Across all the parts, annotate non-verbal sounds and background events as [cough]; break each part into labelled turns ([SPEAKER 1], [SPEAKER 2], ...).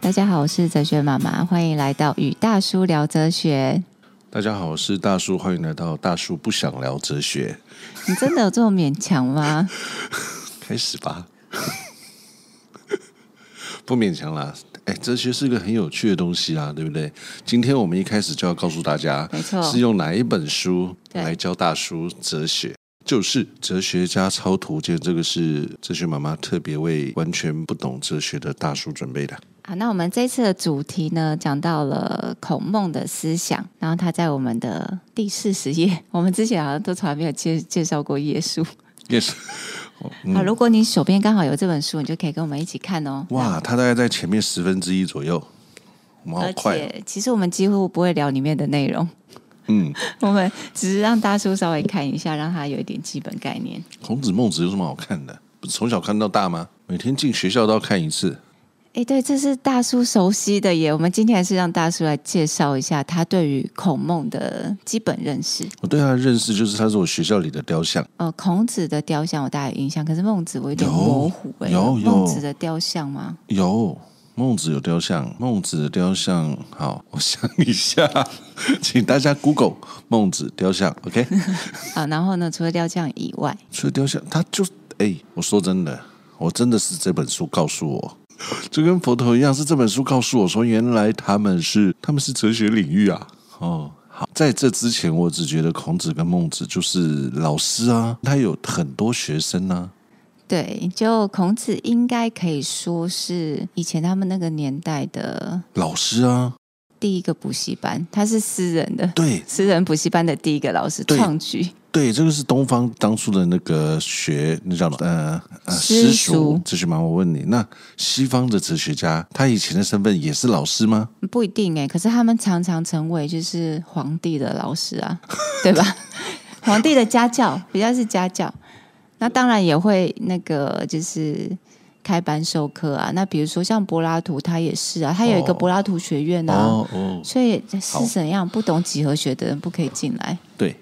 [SPEAKER 1] 大家好，我是哲学妈妈，欢迎来到与大叔聊哲学。
[SPEAKER 2] 大家好，我是大叔，欢迎来到大叔不想聊哲学，
[SPEAKER 1] 你真的有这么勉强吗？ [laughs]
[SPEAKER 2] 开始吧， [laughs] 不勉强啦。哎，哲学是个很有趣的东西啊啦，对不对？今天我们一开始就要告诉大家，
[SPEAKER 1] 没错
[SPEAKER 2] 是用哪一本书
[SPEAKER 1] 对
[SPEAKER 2] 来教大叔哲学。就是《哲学家超图鉴》，这个是哲学妈妈特别为完全不懂哲学的大叔准备的。
[SPEAKER 1] 好，那我们这次的主题呢，讲到了孔孟的思想，然后他在我们的第四十页， [laughs] 我们之前好像都从来没有介介绍过页数。
[SPEAKER 2] Yes，嗯
[SPEAKER 1] 好，如果你手边刚好有这本书，你就可以跟我们一起看哦。
[SPEAKER 2] 哇，他大概在前面十分之一左右，我们好
[SPEAKER 1] 而
[SPEAKER 2] 快哦。
[SPEAKER 1] 且，其实我们几乎不会聊里面的内容，
[SPEAKER 2] 嗯，
[SPEAKER 1] [laughs] 我们只是让大叔稍微看一下，让他有一点基本概念。
[SPEAKER 2] 孔子、孟子有什么好看的？不是从小看到大吗？每天进学校都要看一次。
[SPEAKER 1] 哎，对，这是大叔熟悉的耶。我们今天还是让大叔来介绍一下他对于孔孟的基本认识。
[SPEAKER 2] 我哦对他的认识就是他是我学校里的雕像。
[SPEAKER 1] 呃，孔子的雕像我大概有印象，可是孟子我有点
[SPEAKER 2] 有
[SPEAKER 1] 模糊哎。
[SPEAKER 2] 有有
[SPEAKER 1] 孟子的雕像吗？
[SPEAKER 2] 有孟子有雕像，孟子的雕像。好，我想一下，请大家 Google 孟子雕像。OK，
[SPEAKER 1] 啊，然后呢，除了雕像以外，
[SPEAKER 2] 除了雕像，他就哎、我说真的，我真的是这本书告诉我。就跟佛陀一样，是这本书告诉我说，原来他们是他们是哲学领域啊。哦，好，在这之前，我只觉得孔子跟孟子就是老师啊，他有很多学生啊。
[SPEAKER 1] 对，就孔子应该可以说是以前他们那个年代的
[SPEAKER 2] 老师啊，
[SPEAKER 1] 第一个补习班，他是私人的
[SPEAKER 2] 对
[SPEAKER 1] 私人补习班的第一个老师，
[SPEAKER 2] 对
[SPEAKER 1] 创举。
[SPEAKER 2] 对，这个是东方当初的那个学，那叫什么呃呃
[SPEAKER 1] 私
[SPEAKER 2] 私
[SPEAKER 1] 塾
[SPEAKER 2] 塾哲学嘛。我问你，那西方的哲学家，他以前的身份也是老师吗？
[SPEAKER 1] 不一定哎、可是他们常常成为就是皇帝的老师啊， [laughs] 对吧？皇帝的家教比较是家教，那当然也会那个就是开班授课啊。那比如说像柏拉图，他也是啊，他有一个
[SPEAKER 2] 哦
[SPEAKER 1] 柏拉图学院啊，
[SPEAKER 2] 哦哦，
[SPEAKER 1] 所以
[SPEAKER 2] 好
[SPEAKER 1] 是怎样不懂几何学的人不可以进来。
[SPEAKER 2] 对，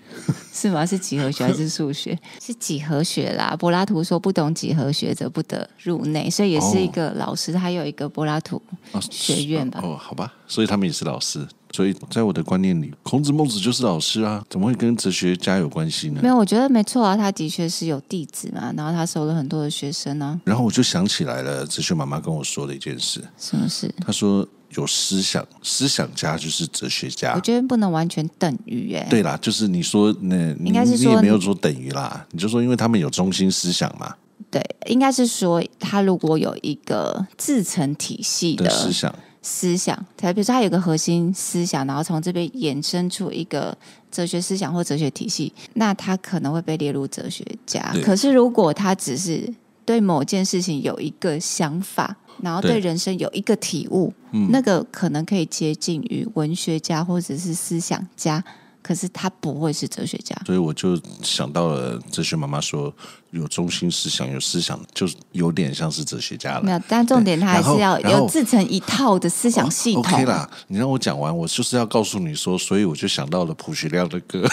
[SPEAKER 1] 是吗？是几何学还是数学？是几何学啦。柏拉图说：“不懂几何学者不得入内。”所以也是一个老师，他有一个柏拉图
[SPEAKER 2] 哦啊
[SPEAKER 1] 学院吧。
[SPEAKER 2] 哦，好吧，所以他们也是老师。所以在我的观念里，孔子、孟子就是老师啊，怎么会跟哲学家有关系呢
[SPEAKER 1] 没？有，我觉得没错啊，他的确是有弟子嘛，然后他收了很多的学生啊。
[SPEAKER 2] 然后我就想起来了，哲学妈妈跟我说的一件事，
[SPEAKER 1] 什么事？
[SPEAKER 2] 她说有思想，思想家就是哲学
[SPEAKER 1] 我
[SPEAKER 2] 家。
[SPEAKER 1] 觉得不能完全等于耶、
[SPEAKER 2] 啊对啦，就是你说那，你
[SPEAKER 1] 应该是
[SPEAKER 2] 你
[SPEAKER 1] 说
[SPEAKER 2] 也没有
[SPEAKER 1] 你
[SPEAKER 2] 说等于啦，你就说因为他们有中心思想嘛
[SPEAKER 1] 对，应该是说他如果有一个自成体系
[SPEAKER 2] 的
[SPEAKER 1] 的
[SPEAKER 2] 思想，
[SPEAKER 1] 思想，才比如说他有一个核心思想，然后从这边衍生出一个哲学思想或哲学体系，那他可能会被列入哲学家
[SPEAKER 2] 对。
[SPEAKER 1] 可是如果他只是对某件事情有一个想法，然后对
[SPEAKER 2] 对嗯
[SPEAKER 1] 人生有一个体悟，那个可能可以接近于文学家或者是思想家，可是他不会是哲学家。
[SPEAKER 2] 所以我就想到了哲学妈妈说有中心思想，有思想，就是有点像是哲学家了
[SPEAKER 1] 没。有，但重点他还
[SPEAKER 2] 然后
[SPEAKER 1] 是要
[SPEAKER 2] 然后哦
[SPEAKER 1] 有自成一套的思想系统。
[SPEAKER 2] OK 啦，你让我讲完，我就是要告诉你说，所以我就想到了朴学亮的歌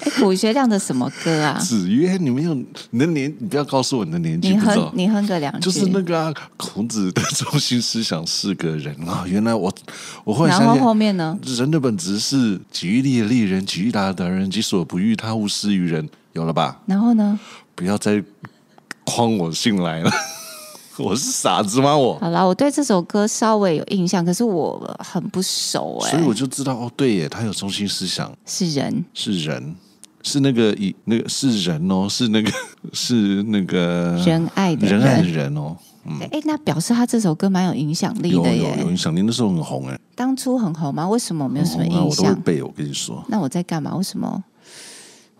[SPEAKER 1] 哎，古学亮的什么歌
[SPEAKER 2] [laughs]
[SPEAKER 1] 啊？
[SPEAKER 2] 《子曰》，你没有你的年，你不要告诉我你的年纪，
[SPEAKER 1] 你
[SPEAKER 2] 不知
[SPEAKER 1] 哼
[SPEAKER 2] 道，。
[SPEAKER 1] 你哼个两句。
[SPEAKER 2] 就是那个啊，孔子的中心思想是个人啊。原来我，我后来
[SPEAKER 1] 然
[SPEAKER 2] 想
[SPEAKER 1] 后
[SPEAKER 2] 起
[SPEAKER 1] 后
[SPEAKER 2] 来，
[SPEAKER 1] 面呢？
[SPEAKER 2] 人的本质是己欲立而立人，己欲达而达人，己所不欲，他勿施于人。有了吧？
[SPEAKER 1] 然后呢？
[SPEAKER 2] 不要再诓我进来了， [laughs] 我是傻子吗？我。
[SPEAKER 1] 好啦，我对这首歌稍微有印象，可是我很不熟哎、
[SPEAKER 2] 所以我就知道哦，对耶，他有中心思想，
[SPEAKER 1] 是人
[SPEAKER 2] 是人，是那个以那个是人哦，是那个 [laughs] 是那个
[SPEAKER 1] 仁爱的
[SPEAKER 2] 仁爱的
[SPEAKER 1] 人。
[SPEAKER 2] 人哦，
[SPEAKER 1] 哎、那表示他这首歌蛮有影响力
[SPEAKER 2] 有
[SPEAKER 1] 的
[SPEAKER 2] 有有
[SPEAKER 1] 耶。
[SPEAKER 2] 影响力，那时候很红哎，
[SPEAKER 1] 当初很红吗？为什么我没有什么
[SPEAKER 2] 很红啊，
[SPEAKER 1] 印
[SPEAKER 2] 我都会
[SPEAKER 1] 象？
[SPEAKER 2] 背，我跟你说，
[SPEAKER 1] 那我在干嘛？为什么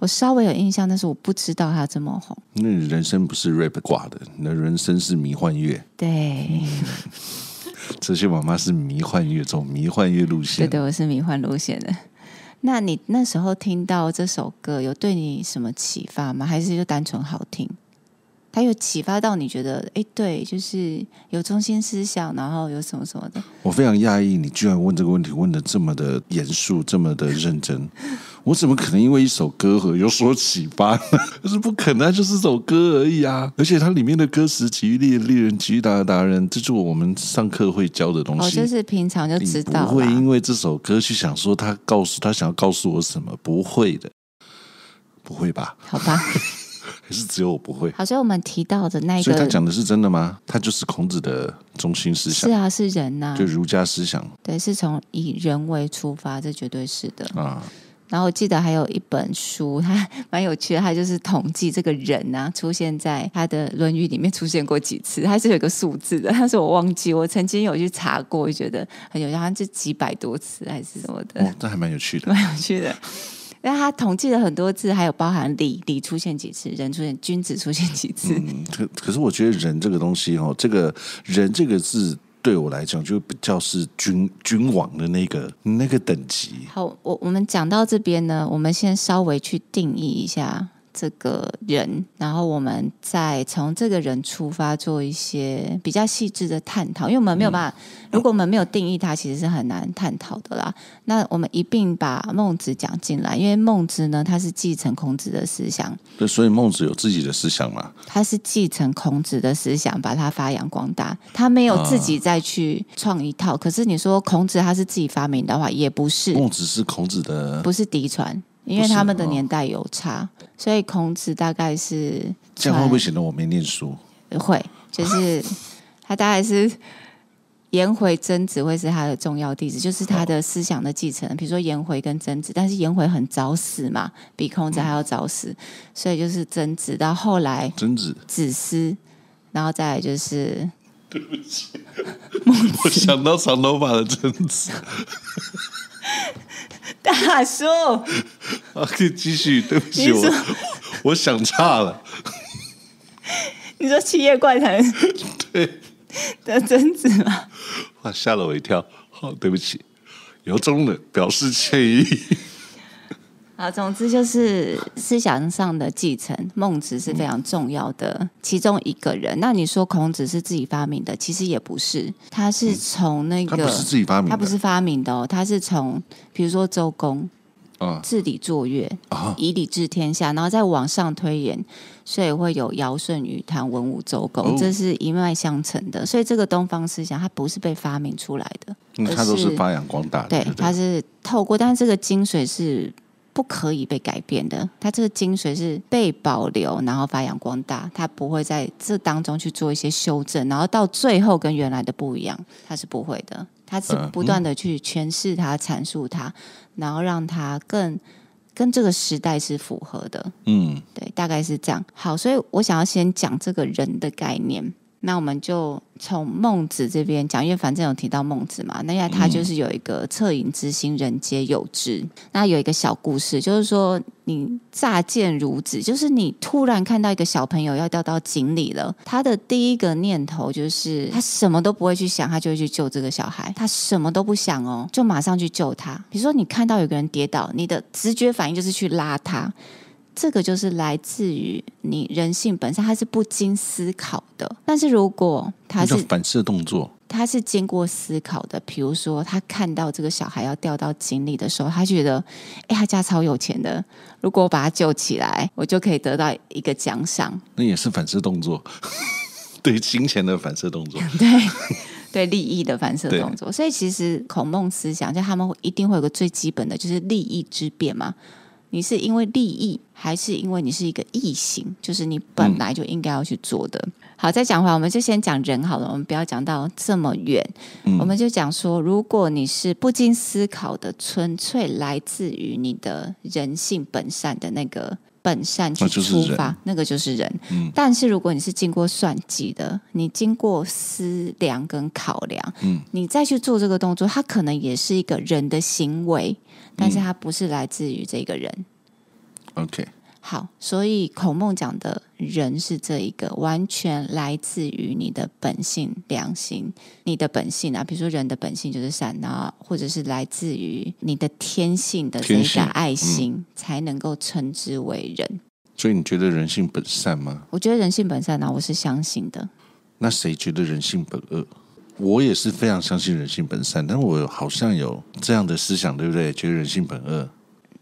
[SPEAKER 1] 我稍微有印象，但是我不知道他这么红。
[SPEAKER 2] 那你人生不是 rap 挂的，你的人生是迷幻乐，
[SPEAKER 1] 对，
[SPEAKER 2] 嗯哲学妈妈是迷幻乐，走迷幻乐路
[SPEAKER 1] 对
[SPEAKER 2] 线。
[SPEAKER 1] 对，我是迷幻路线的。那你那时候听到这首歌，有对你什么启发吗？还是就单纯好听？它又启发到你觉得，哎，对，就是有中心思想，然后有什么什么的。
[SPEAKER 2] 我非常讶异，你居然问这个问题问的这么的严肃，这么的认真。 [laughs] 我怎么可能因为一首歌而有所启发呢？ [laughs] 这是不可能啊，就是首歌而已啊！而且它里面的歌词极力令人极大的达人，这就是我们上课会教的东
[SPEAKER 1] 哦，
[SPEAKER 2] 西。
[SPEAKER 1] 就是平常就知
[SPEAKER 2] 你
[SPEAKER 1] 道
[SPEAKER 2] 不会
[SPEAKER 1] 啦
[SPEAKER 2] 因为这首歌去想说他告诉他想要告诉我什么，不会的，不会吧？
[SPEAKER 1] 好
[SPEAKER 2] [laughs]
[SPEAKER 1] 吧？
[SPEAKER 2] 还是只有我不会？
[SPEAKER 1] 好，所以我们提到的那
[SPEAKER 2] 所以他
[SPEAKER 1] 个
[SPEAKER 2] 讲的是真的吗？他就是孔子的中心思想
[SPEAKER 1] 是，啊，是人呐、
[SPEAKER 2] 就儒家思想
[SPEAKER 1] 对，是从以人为出发，这绝对是的。
[SPEAKER 2] 啊。
[SPEAKER 1] 然后我记得还有一本书，它蛮有趣的，它就是统计这个人啊出现在他的《论语》里面出现过几次，它是有一个数字的，但是我忘记，我曾经有去查过，就觉得很有趣，好像是几百多次还是什么的，
[SPEAKER 2] 哦，这还蛮有趣的。
[SPEAKER 1] 蛮有趣的。 [laughs] 那他统计了很多次，还有包含礼礼出现几次，人出现，君子出现几次，
[SPEAKER 2] 嗯，可可是我觉得人这个东西哦，这个人这个字对我来讲就比较是君君王的那个那个等级。
[SPEAKER 1] 好，我我们讲到这边呢，我们先稍微去定义一下这个人，然后我们再从这个人出发做一些比较细致的探讨，因为我们没有办法，如果我们没有定义它，其实是很难探讨的啦。那我们一并把孟子讲进来，因为孟子呢，他是继承孔子的思想，
[SPEAKER 2] 对，所以孟子有自己的思想嘛，
[SPEAKER 1] 他是继承孔子的思想，把它发扬光大。他没有自己再去创一套，可是你说孔子他是自己发明的话，也不是。
[SPEAKER 2] 孟子是孔子的
[SPEAKER 1] 不是嫡传，因为
[SPEAKER 2] 不是
[SPEAKER 1] 他们的
[SPEAKER 2] 哦
[SPEAKER 1] 年代有差，所以孔子大概是呃
[SPEAKER 2] 这样会不会显得我没念书？
[SPEAKER 1] 会，就是 [laughs] 他大概是颜回、曾子会是他的重要弟子，就是他的思想的继承人。比如说颜回跟曾子，但是颜回很早死嘛，比孔子还要早死，所以就是曾子到后来 [laughs]
[SPEAKER 2] 曾子，
[SPEAKER 1] 子思，然后再来就是
[SPEAKER 2] 我想到长头发的曾子 [laughs]
[SPEAKER 1] 大叔，
[SPEAKER 2] 啊，可以继续。对不起，
[SPEAKER 1] 你
[SPEAKER 2] 我 [laughs]
[SPEAKER 1] 说
[SPEAKER 2] 我想差了。
[SPEAKER 1] 你说《七夜怪 [laughs] 谈》
[SPEAKER 2] 对，
[SPEAKER 1] 的曾子吗？
[SPEAKER 2] 哇，啊吓了我一跳。好、对不起，由衷的表示歉意。
[SPEAKER 1] 啊，总之就是思想上的继承，孟子是非常重要的其中一个人。那你说孔子是自己发明的，其实也不是，他是从那个、
[SPEAKER 2] 嗯他不是自己发明的，
[SPEAKER 1] 他不是发明的哦，他是从比如说周公
[SPEAKER 2] 啊
[SPEAKER 1] 治理作乐，
[SPEAKER 2] 啊，
[SPEAKER 1] 以礼治天下，然后再往上推演，所以会有尧舜禹汤文武周公，
[SPEAKER 2] 哦
[SPEAKER 1] 这是一脉相承的。所以这个东方思想它不是被发明出来的，
[SPEAKER 2] 嗯他都
[SPEAKER 1] 而
[SPEAKER 2] 是
[SPEAKER 1] 是
[SPEAKER 2] 发扬光大的。
[SPEAKER 1] 对
[SPEAKER 2] 对不，对
[SPEAKER 1] 它是透过，但是这个精髓是不可以被改变的。它这个精髓是被保留，然后发扬光大，它不会在这当中去做一些修正，然后到最后跟原来的不一样，它是不会的。它是
[SPEAKER 2] 嗯
[SPEAKER 1] 不断的去诠释它、阐述它，然后让它更跟这个时代是符合的。
[SPEAKER 2] 嗯。
[SPEAKER 1] 对，大概是这样。好，所以我想要先讲这个人的概念。那我们就从孟子这边讲，因为反正有提到孟子嘛，那因为
[SPEAKER 2] 嗯
[SPEAKER 1] 他就是有一个恻隐之心，人皆有之。那有一个小故事，就是说你乍见孺子，就是你突然看到一个小朋友要掉到井里了，他的第一个念头就是他什么都不会去想，他就会去救这个小孩，他什么都不想哦，就马上去救他。比如说你看到有个人跌倒，你的直觉反应就是去拉他，这个就是来自于你人性本身，它是不经思考的。但是如果它
[SPEAKER 2] 一种
[SPEAKER 1] 是
[SPEAKER 2] 反射动作，
[SPEAKER 1] 它是经过思考的，比如说他看到这个小孩要掉到井里的时候，他觉得，哎，他家超有钱的，如果我把他救起来，我就可以得到一个奖赏。 [laughs]
[SPEAKER 2] 那也是反射动作， [laughs] 对金钱的反射动
[SPEAKER 1] [laughs]
[SPEAKER 2] 作。
[SPEAKER 1] 对对利益的反射动作。所以其实孔孟思想，就他们会一定会有个最基本的，就是利益之辩嘛。你是因为利益，还是因为你是一个异形？就是你本来就应该要去做的。好，再讲回来，我们就先讲人好了，我们不要讲到这么远。
[SPEAKER 2] 嗯
[SPEAKER 1] 我们就讲说，如果你是不经思考的，纯粹来自于你的人性本善的那个本善去
[SPEAKER 2] 那就是
[SPEAKER 1] 出
[SPEAKER 2] 人
[SPEAKER 1] 发，那个就是人。
[SPEAKER 2] 嗯
[SPEAKER 1] 但是如果你是经过算计的，你经过思量跟考量，
[SPEAKER 2] 嗯
[SPEAKER 1] 你再去做这个动作，它可能也是一个人的行为，但
[SPEAKER 2] 嗯
[SPEAKER 1] 是它不是来自于这个人。
[SPEAKER 2] OK，
[SPEAKER 1] 好，所以孔孟讲的人是这一个，完全来自于你的本性、良心、你的本性啊。比如说人的本性就是善，然后或者是来自于你的天性的这
[SPEAKER 2] 天
[SPEAKER 1] 一个
[SPEAKER 2] 性嗯
[SPEAKER 1] 爱心，才能够称之为人。
[SPEAKER 2] 所以你觉得人性本善吗？
[SPEAKER 1] 我觉得人性本善啊，我是相信的。
[SPEAKER 2] 那谁觉得人性本恶？我也是非常相信人性本善，但我好像有这样的思想，对不对？觉得人性本恶。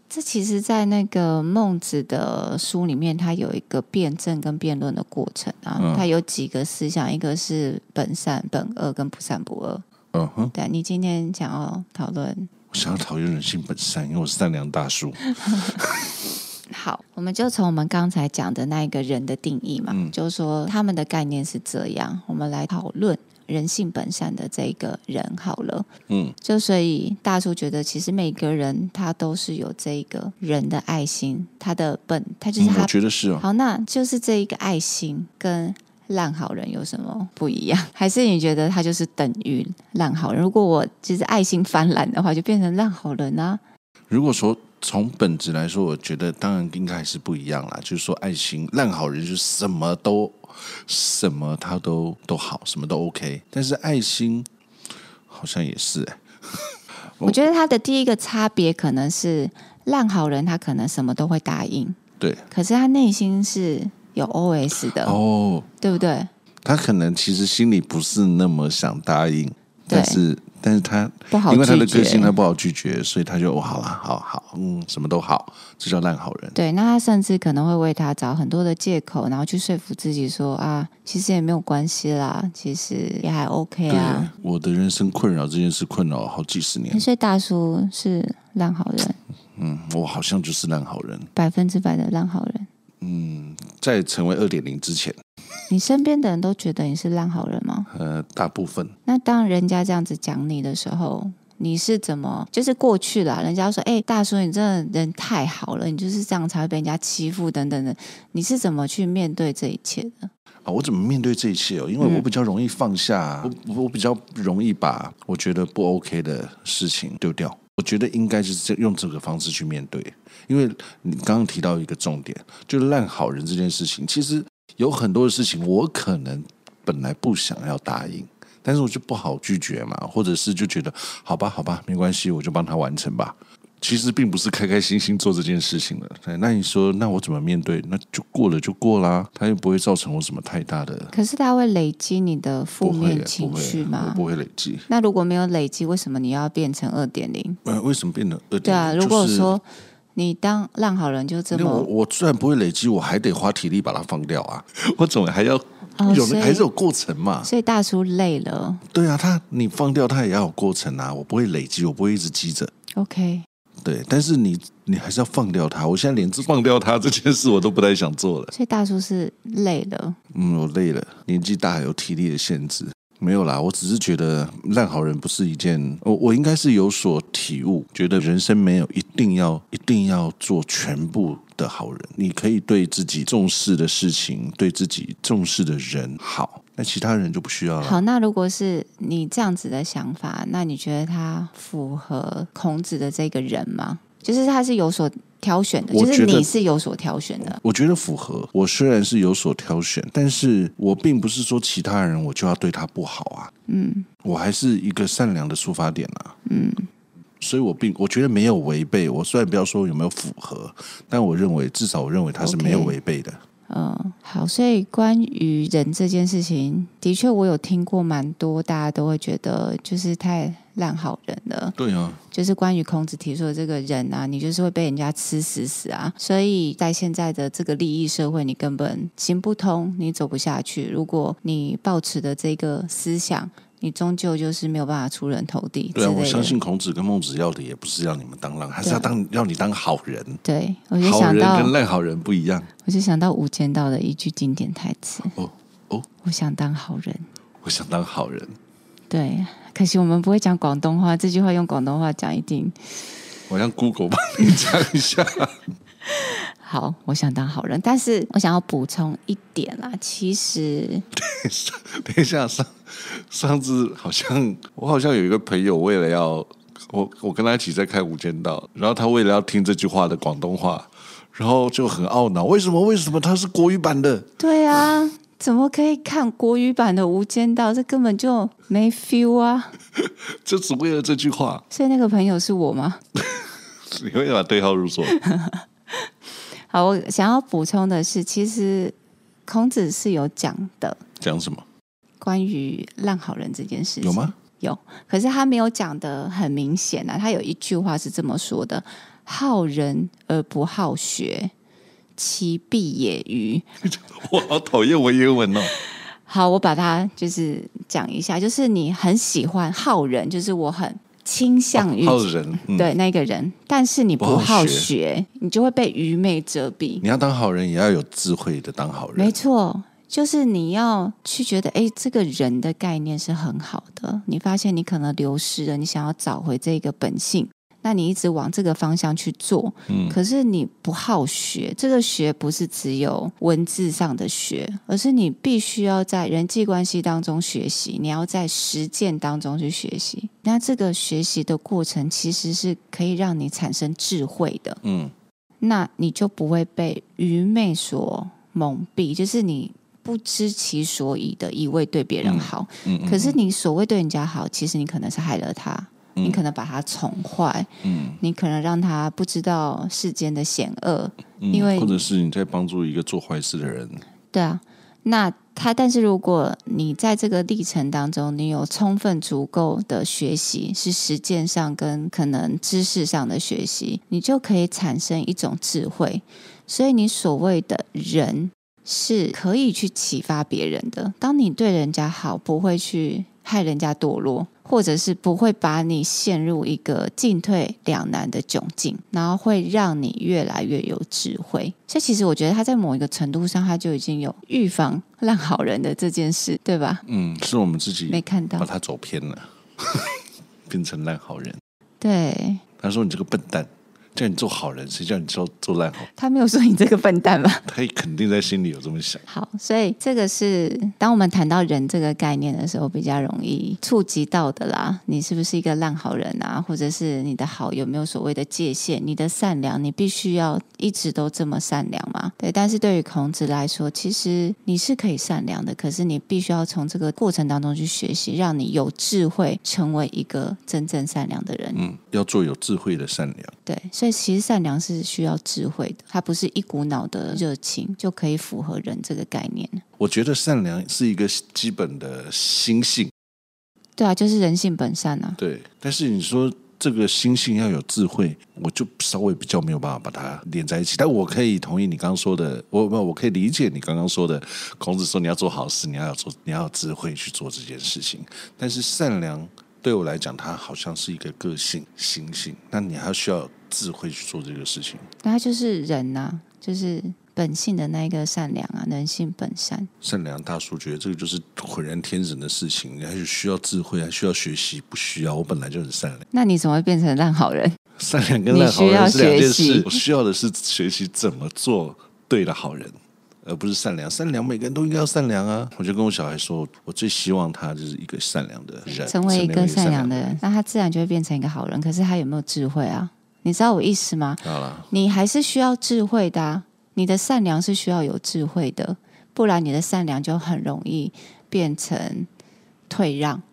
[SPEAKER 1] 这其实，在那个孟子的书里面，他有一个辩证跟辩论的过程啊
[SPEAKER 2] 嗯，
[SPEAKER 1] 他有几个思想，一个是本善、本恶跟不善不恶。
[SPEAKER 2] 嗯哼，
[SPEAKER 1] 对啊你今天想要讨论，
[SPEAKER 2] 我想要讨厌人性本善，因为我是善良大叔。
[SPEAKER 1] 好，我们就从我们刚才讲的那一个人的定义嘛，
[SPEAKER 2] 嗯
[SPEAKER 1] 就是说他们的概念是这样，我们来讨论人性本善的这一个人好了。
[SPEAKER 2] 嗯，
[SPEAKER 1] 就所以大叔觉得，其实每个人他都是有这一个人的爱心，他的本，他就是
[SPEAKER 2] 嗯
[SPEAKER 1] 他
[SPEAKER 2] 我觉得是哦。
[SPEAKER 1] 好，那就是这一个爱心跟烂好人有什么不一样？ [laughs] 还是你觉得它就是等于烂好人？如果我就是爱心泛滥的话，就变成烂好人啊？
[SPEAKER 2] 如果说从本质来说，我觉得当然应该还是不一样啦。就是说，爱心烂好人就是什么都什么他都都好，什么都 OK。但是爱心好像也是、欸，
[SPEAKER 1] 我觉得它的第一个差别可能是烂好人，他可能什么都会答应，
[SPEAKER 2] 对
[SPEAKER 1] 可是他内心是有 OS 的，
[SPEAKER 2] 哦，
[SPEAKER 1] 对不对？
[SPEAKER 2] 他可能其实心里不是那么想答应，但是但是他
[SPEAKER 1] 不好
[SPEAKER 2] 因为他的
[SPEAKER 1] 拒
[SPEAKER 2] 个
[SPEAKER 1] 绝
[SPEAKER 2] 性。他不好拒绝，所以他就哦好啦，好好嗯什么都好，这叫烂好人。
[SPEAKER 1] 对，那他甚至可能会为他找很多的借口，然后去说服自己说啊，其实也没有关系啦，其实也还 OK 啊。
[SPEAKER 2] 我的人生困扰这件事困扰了好几十年，
[SPEAKER 1] 所以大叔是烂好人，
[SPEAKER 2] 嗯，我好像就是烂好人。
[SPEAKER 1] 百分之百的烂好人。
[SPEAKER 2] 嗯，在成为二点零之前，
[SPEAKER 1] 你身边的人都觉得你是烂好人吗？
[SPEAKER 2] 呃，大部分
[SPEAKER 1] 那当人家这样子讲你的时候，你是怎么？就是过去啦，人家说：“哎、大叔，你真的人太好了，你就是这样才会被人家欺负等等的。”你是怎么去面对这一切的？
[SPEAKER 2] 啊，我怎么面对这一切哦？因为我比较容易放下，我我比较容易把我觉得不 OK 的事情丢掉。我觉得应该就是这用这个方式去面对，因为你刚刚提到一个重点，就是烂好人这件事情。其实有很多的事情，我可能本来不想要答应，但是我就不好拒绝嘛，或者是就觉得好吧，好吧，没关系，我就帮他完成吧。其实并不是开开心心做这件事情了。对那你说，那我怎么面对？那就过了就过啦，它又不会造成我什么太大的
[SPEAKER 1] 可是他会累积你的负
[SPEAKER 2] 不会
[SPEAKER 1] 面
[SPEAKER 2] 的，不
[SPEAKER 1] 情绪
[SPEAKER 2] 会，我
[SPEAKER 1] 吗？
[SPEAKER 2] 不会累积。
[SPEAKER 1] 那如果没有累积，为什么你要变成二点零？
[SPEAKER 2] 呃，为什么变得二点？
[SPEAKER 1] 对啊，如果
[SPEAKER 2] 就是
[SPEAKER 1] 说你当烂好人就这
[SPEAKER 2] 因为我
[SPEAKER 1] 么
[SPEAKER 2] 我虽然不会累积，我还得花体力把它放掉啊，我总还要
[SPEAKER 1] 哦
[SPEAKER 2] 有、
[SPEAKER 1] 所以
[SPEAKER 2] 还是有过程嘛。
[SPEAKER 1] 所以大叔累了
[SPEAKER 2] 对啊，它你放掉它也要有过程啊，我不会累积，我不会一直积着。
[SPEAKER 1] ，OK。
[SPEAKER 2] 对，但是你你还是要放掉它。我现在连放掉它这件事我都不太想做了。
[SPEAKER 1] 所以大叔是累了，
[SPEAKER 2] 嗯，我累了，年纪大有体力的限制。没有啦，我只是觉得烂好人不是一件，我我应该是有所体悟，觉得人生没有一定要一定要做全部的好人，你可以对自己重视的事情，对自己重视的人好，那其他人就不需要了。
[SPEAKER 1] 好，那如果是你这样子的想法，那你觉得他符合孔子的这个人吗？就是他是有所挑选的，
[SPEAKER 2] 我
[SPEAKER 1] 就是
[SPEAKER 2] 觉得
[SPEAKER 1] 你是有所挑选的。
[SPEAKER 2] 我觉得符合。我虽然是有所挑选，但是我并不是说其他人我就要对他不好啊。
[SPEAKER 1] 嗯
[SPEAKER 2] 我还是一个善良的出发点啊。
[SPEAKER 1] 嗯，
[SPEAKER 2] 所以我并我觉得没有违背。我虽然不要说有没有符合，但我认为至少我认为它是
[SPEAKER 1] OK
[SPEAKER 2] 没有违背的。
[SPEAKER 1] 嗯，好，所以关于人这件事情，的确我有听过蛮多，大家都会觉得就是太烂好人了。
[SPEAKER 2] 对啊，
[SPEAKER 1] 就是关于孔子提出的这个人啊，你就是会被人家吃死死啊。所以在现在的这个利益社会，你根本行不通，你走不下去。如果你抱持的这个思想，你终究就是没有办法出人头地之
[SPEAKER 2] 对啊，我
[SPEAKER 1] 类
[SPEAKER 2] 相
[SPEAKER 1] 的。
[SPEAKER 2] 信孔子跟孟子要的也不是要你们当浪，还是
[SPEAKER 1] 对啊
[SPEAKER 2] 要当要你当好人。
[SPEAKER 1] 对，我就
[SPEAKER 2] 好
[SPEAKER 1] 想
[SPEAKER 2] 人
[SPEAKER 1] 到
[SPEAKER 2] 跟，烂好人不一样
[SPEAKER 1] 我就想到《无间道》的一句经典台词
[SPEAKER 2] 哦哦，：“
[SPEAKER 1] 我想当好人。
[SPEAKER 2] 我想当好人，”
[SPEAKER 1] 对，可惜我们不会讲广东话，这句话用广东话讲一定
[SPEAKER 2] 我让 Google 帮你讲一下。
[SPEAKER 1] 好。我想当好人，但是我想要补充一点啦，其实
[SPEAKER 2] 等一下，上上次好像我好像有一个朋友，为了要我我跟他一起在看《无间道》，然后他为了要听这句话的广东话，然后就很懊恼，为什么为什么他是国语版的？
[SPEAKER 1] 对啊，怎么可以看国语版的《无间道》？这根本就没 feel 啊！
[SPEAKER 2] 就只为了这句话，
[SPEAKER 1] 所以那个朋友是我吗？
[SPEAKER 2] 你会把对号入座。
[SPEAKER 1] 好，我想要补充的是，其实孔子是有讲的
[SPEAKER 2] 讲什么？
[SPEAKER 1] 关于烂好人这件事情，
[SPEAKER 2] 有？吗？ [laughs]
[SPEAKER 1] 有，可是他没有讲的很明显啊。他有一句话是这么说的：“好人而不好学，其必也愚。”
[SPEAKER 2] 我好讨厌文言文哦。
[SPEAKER 1] 好，我把它就是讲一下，就是你很喜欢好人，就是我很倾向于、
[SPEAKER 2] 好人，嗯，
[SPEAKER 1] 对那个人，但是你不
[SPEAKER 2] 不好
[SPEAKER 1] 好
[SPEAKER 2] 学
[SPEAKER 1] 学，你就会被愚昧遮蔽。
[SPEAKER 2] 你要当好人，也要有智慧的当好
[SPEAKER 1] 没
[SPEAKER 2] 人。
[SPEAKER 1] 错，就是你要去觉得，哎，这个人的概念是很好的。你发现你可能流失了，你想要找回这个本性，那你一直往这个方向去做。
[SPEAKER 2] 嗯
[SPEAKER 1] 可是你不好学，这个学不是只有文字上的学，而是你必须要在人际关系当中学习，你要在实践当中去学习。那这个学习的过程其实是可以让你产生智慧的。
[SPEAKER 2] 嗯，
[SPEAKER 1] 那你就不会被愚昧所蒙蔽，就是你不知其所以的一味对别人好。
[SPEAKER 2] 嗯嗯
[SPEAKER 1] 可是你所谓对人家好，其实你可能是害了他，
[SPEAKER 2] 嗯
[SPEAKER 1] 你可能把他宠坏，
[SPEAKER 2] 嗯
[SPEAKER 1] 你可能让他不知道世间的险恶。
[SPEAKER 2] 嗯，
[SPEAKER 1] 因为
[SPEAKER 2] 或者是你在帮助一个做坏事的人，
[SPEAKER 1] 对啊，那他但是如果你在这个历程当中，你有充分足够的学习，是实践上跟可能知识上的学习，你就可以产生一种智慧。所以你所谓的人是可以去启发别人的。当你对人家好，不会去害人家堕落。或者是不会把你陷入一个进退两难的窘境，然后会让你越来越有智慧。所以其实我觉得他在某一个程度上，他就已经有预防烂好人的这件事，对吧？
[SPEAKER 2] 嗯，是我们自
[SPEAKER 1] 没
[SPEAKER 2] 己
[SPEAKER 1] 看
[SPEAKER 2] 把
[SPEAKER 1] 到，
[SPEAKER 2] 他走偏了， [laughs] 变成烂好人。
[SPEAKER 1] 对
[SPEAKER 2] 他说：“你这个笨蛋，叫你做好人，谁叫你做做烂好？”
[SPEAKER 1] 他没有说你这个笨蛋吧？
[SPEAKER 2] 他也肯定在心里有这么想。
[SPEAKER 1] 好，所以这个是当我们谈到人这个概念的时候，比较容易触及到的啦。你是不是一个烂好人啊？或者是你的好有没有所谓的界限？你的善良，你必须要一直都这么善良吗？对。但是对于孔子来说，其实你是可以善良的，可是你必须要从这个过程当中去学习，让你有智慧，成为一个真正善良的人。
[SPEAKER 2] 嗯，要做有智慧的善良。
[SPEAKER 1] 对，所以其实善良是需要智慧的，它不是一股脑的热情就可以符合人这个概念。
[SPEAKER 2] 我觉得善良是一个基本的心性，
[SPEAKER 1] 对啊，就是人性本善啊。
[SPEAKER 2] 对。但是你说这个心性要有智慧，我就稍微比较没有办法把它连在一起。但我可以同意你刚刚说的，我不，我可以理解你刚刚说的。孔子说你要做好事，你要有做，你要有智慧去做这件事情。但是善良对我来讲，它好像是一个个性、心性，那你还需要有智慧去做这个事情。
[SPEAKER 1] 那他就是人呐、啊就是本性的那一个善良啊，人性本善。
[SPEAKER 2] 善良大叔觉得这个就是浑然天成的事情，还是需要智慧，还需要学习，不需要。我本来就很善良，
[SPEAKER 1] 那你怎么会变成烂好人？
[SPEAKER 2] 善良跟烂好人是两
[SPEAKER 1] 你需要
[SPEAKER 2] 件
[SPEAKER 1] 学
[SPEAKER 2] 事
[SPEAKER 1] 习。
[SPEAKER 2] 我需要的是学习怎么做对的好人，而不是善良。善良每个人都应该要善良啊！我就跟我小孩说，我最希望他就是一个善良的人，
[SPEAKER 1] 呃成为一个善良的
[SPEAKER 2] 人。
[SPEAKER 1] 人，那他自然就会变成一个好人。可是他有没有智慧啊？你知道我意思吗？
[SPEAKER 2] 好了，
[SPEAKER 1] 你还是需要智慧的、啊，你的善良是需要有智慧的，不然你的善良就很容易变成退让，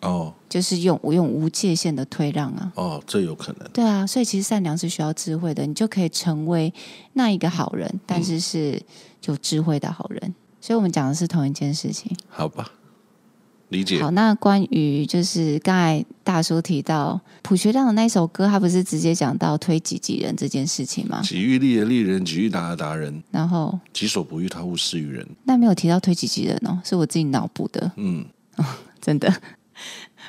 [SPEAKER 2] 哦
[SPEAKER 1] 就是用用无界限的退让啊。
[SPEAKER 2] 哦，这有可能。
[SPEAKER 1] 对啊，所以其实善良是需要智慧的，你就可以成为那一个好人，
[SPEAKER 2] 嗯
[SPEAKER 1] 但是是有智慧的好人。所以我们讲的是同一件事情。
[SPEAKER 2] 好吧，理解
[SPEAKER 1] 好，那关于就是刚才大叔提到朴学亮的那首歌，他不是直接讲到推己及人这件事情吗？
[SPEAKER 2] 己欲立而立人，己欲达而达人，
[SPEAKER 1] 然后
[SPEAKER 2] 己所不欲，他勿施于人。
[SPEAKER 1] 那没有提到推己及人哦，是我自己脑补的，哦
[SPEAKER 2] 嗯，
[SPEAKER 1] 真的。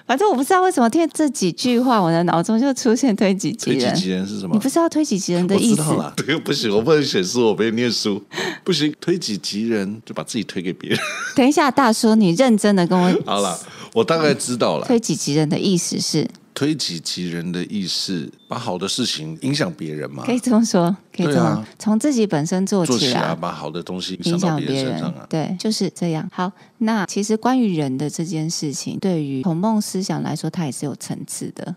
[SPEAKER 1] 反正我不知道为什么，听这几句话，我的脑中就出现推己及
[SPEAKER 2] 推己
[SPEAKER 1] 人。
[SPEAKER 2] 及人是什么
[SPEAKER 1] 你不？知道推己及人的意思
[SPEAKER 2] 我知道啦，对，不行，我不能显示我没念书，不行，推己及人就把自己推给别人。
[SPEAKER 1] 等一下，大叔，你认真的跟我
[SPEAKER 2] 好了，我大概知道了，
[SPEAKER 1] 推己及人的意思是，
[SPEAKER 2] 推己及人的意思，把好的事情影响别人嘛
[SPEAKER 1] 可，以这么说，可以这
[SPEAKER 2] 对
[SPEAKER 1] 么
[SPEAKER 2] 啊
[SPEAKER 1] 从自己本身做
[SPEAKER 2] 做
[SPEAKER 1] 起
[SPEAKER 2] 起来啊
[SPEAKER 1] 来，
[SPEAKER 2] 把好的东西影
[SPEAKER 1] 影
[SPEAKER 2] 响到
[SPEAKER 1] 响
[SPEAKER 2] 别
[SPEAKER 1] 别
[SPEAKER 2] 身上
[SPEAKER 1] 人
[SPEAKER 2] 啊。，
[SPEAKER 1] 对，就是这样。好，那其实关于人的这件事情，对于孔孟思想来说，它也是有层次的。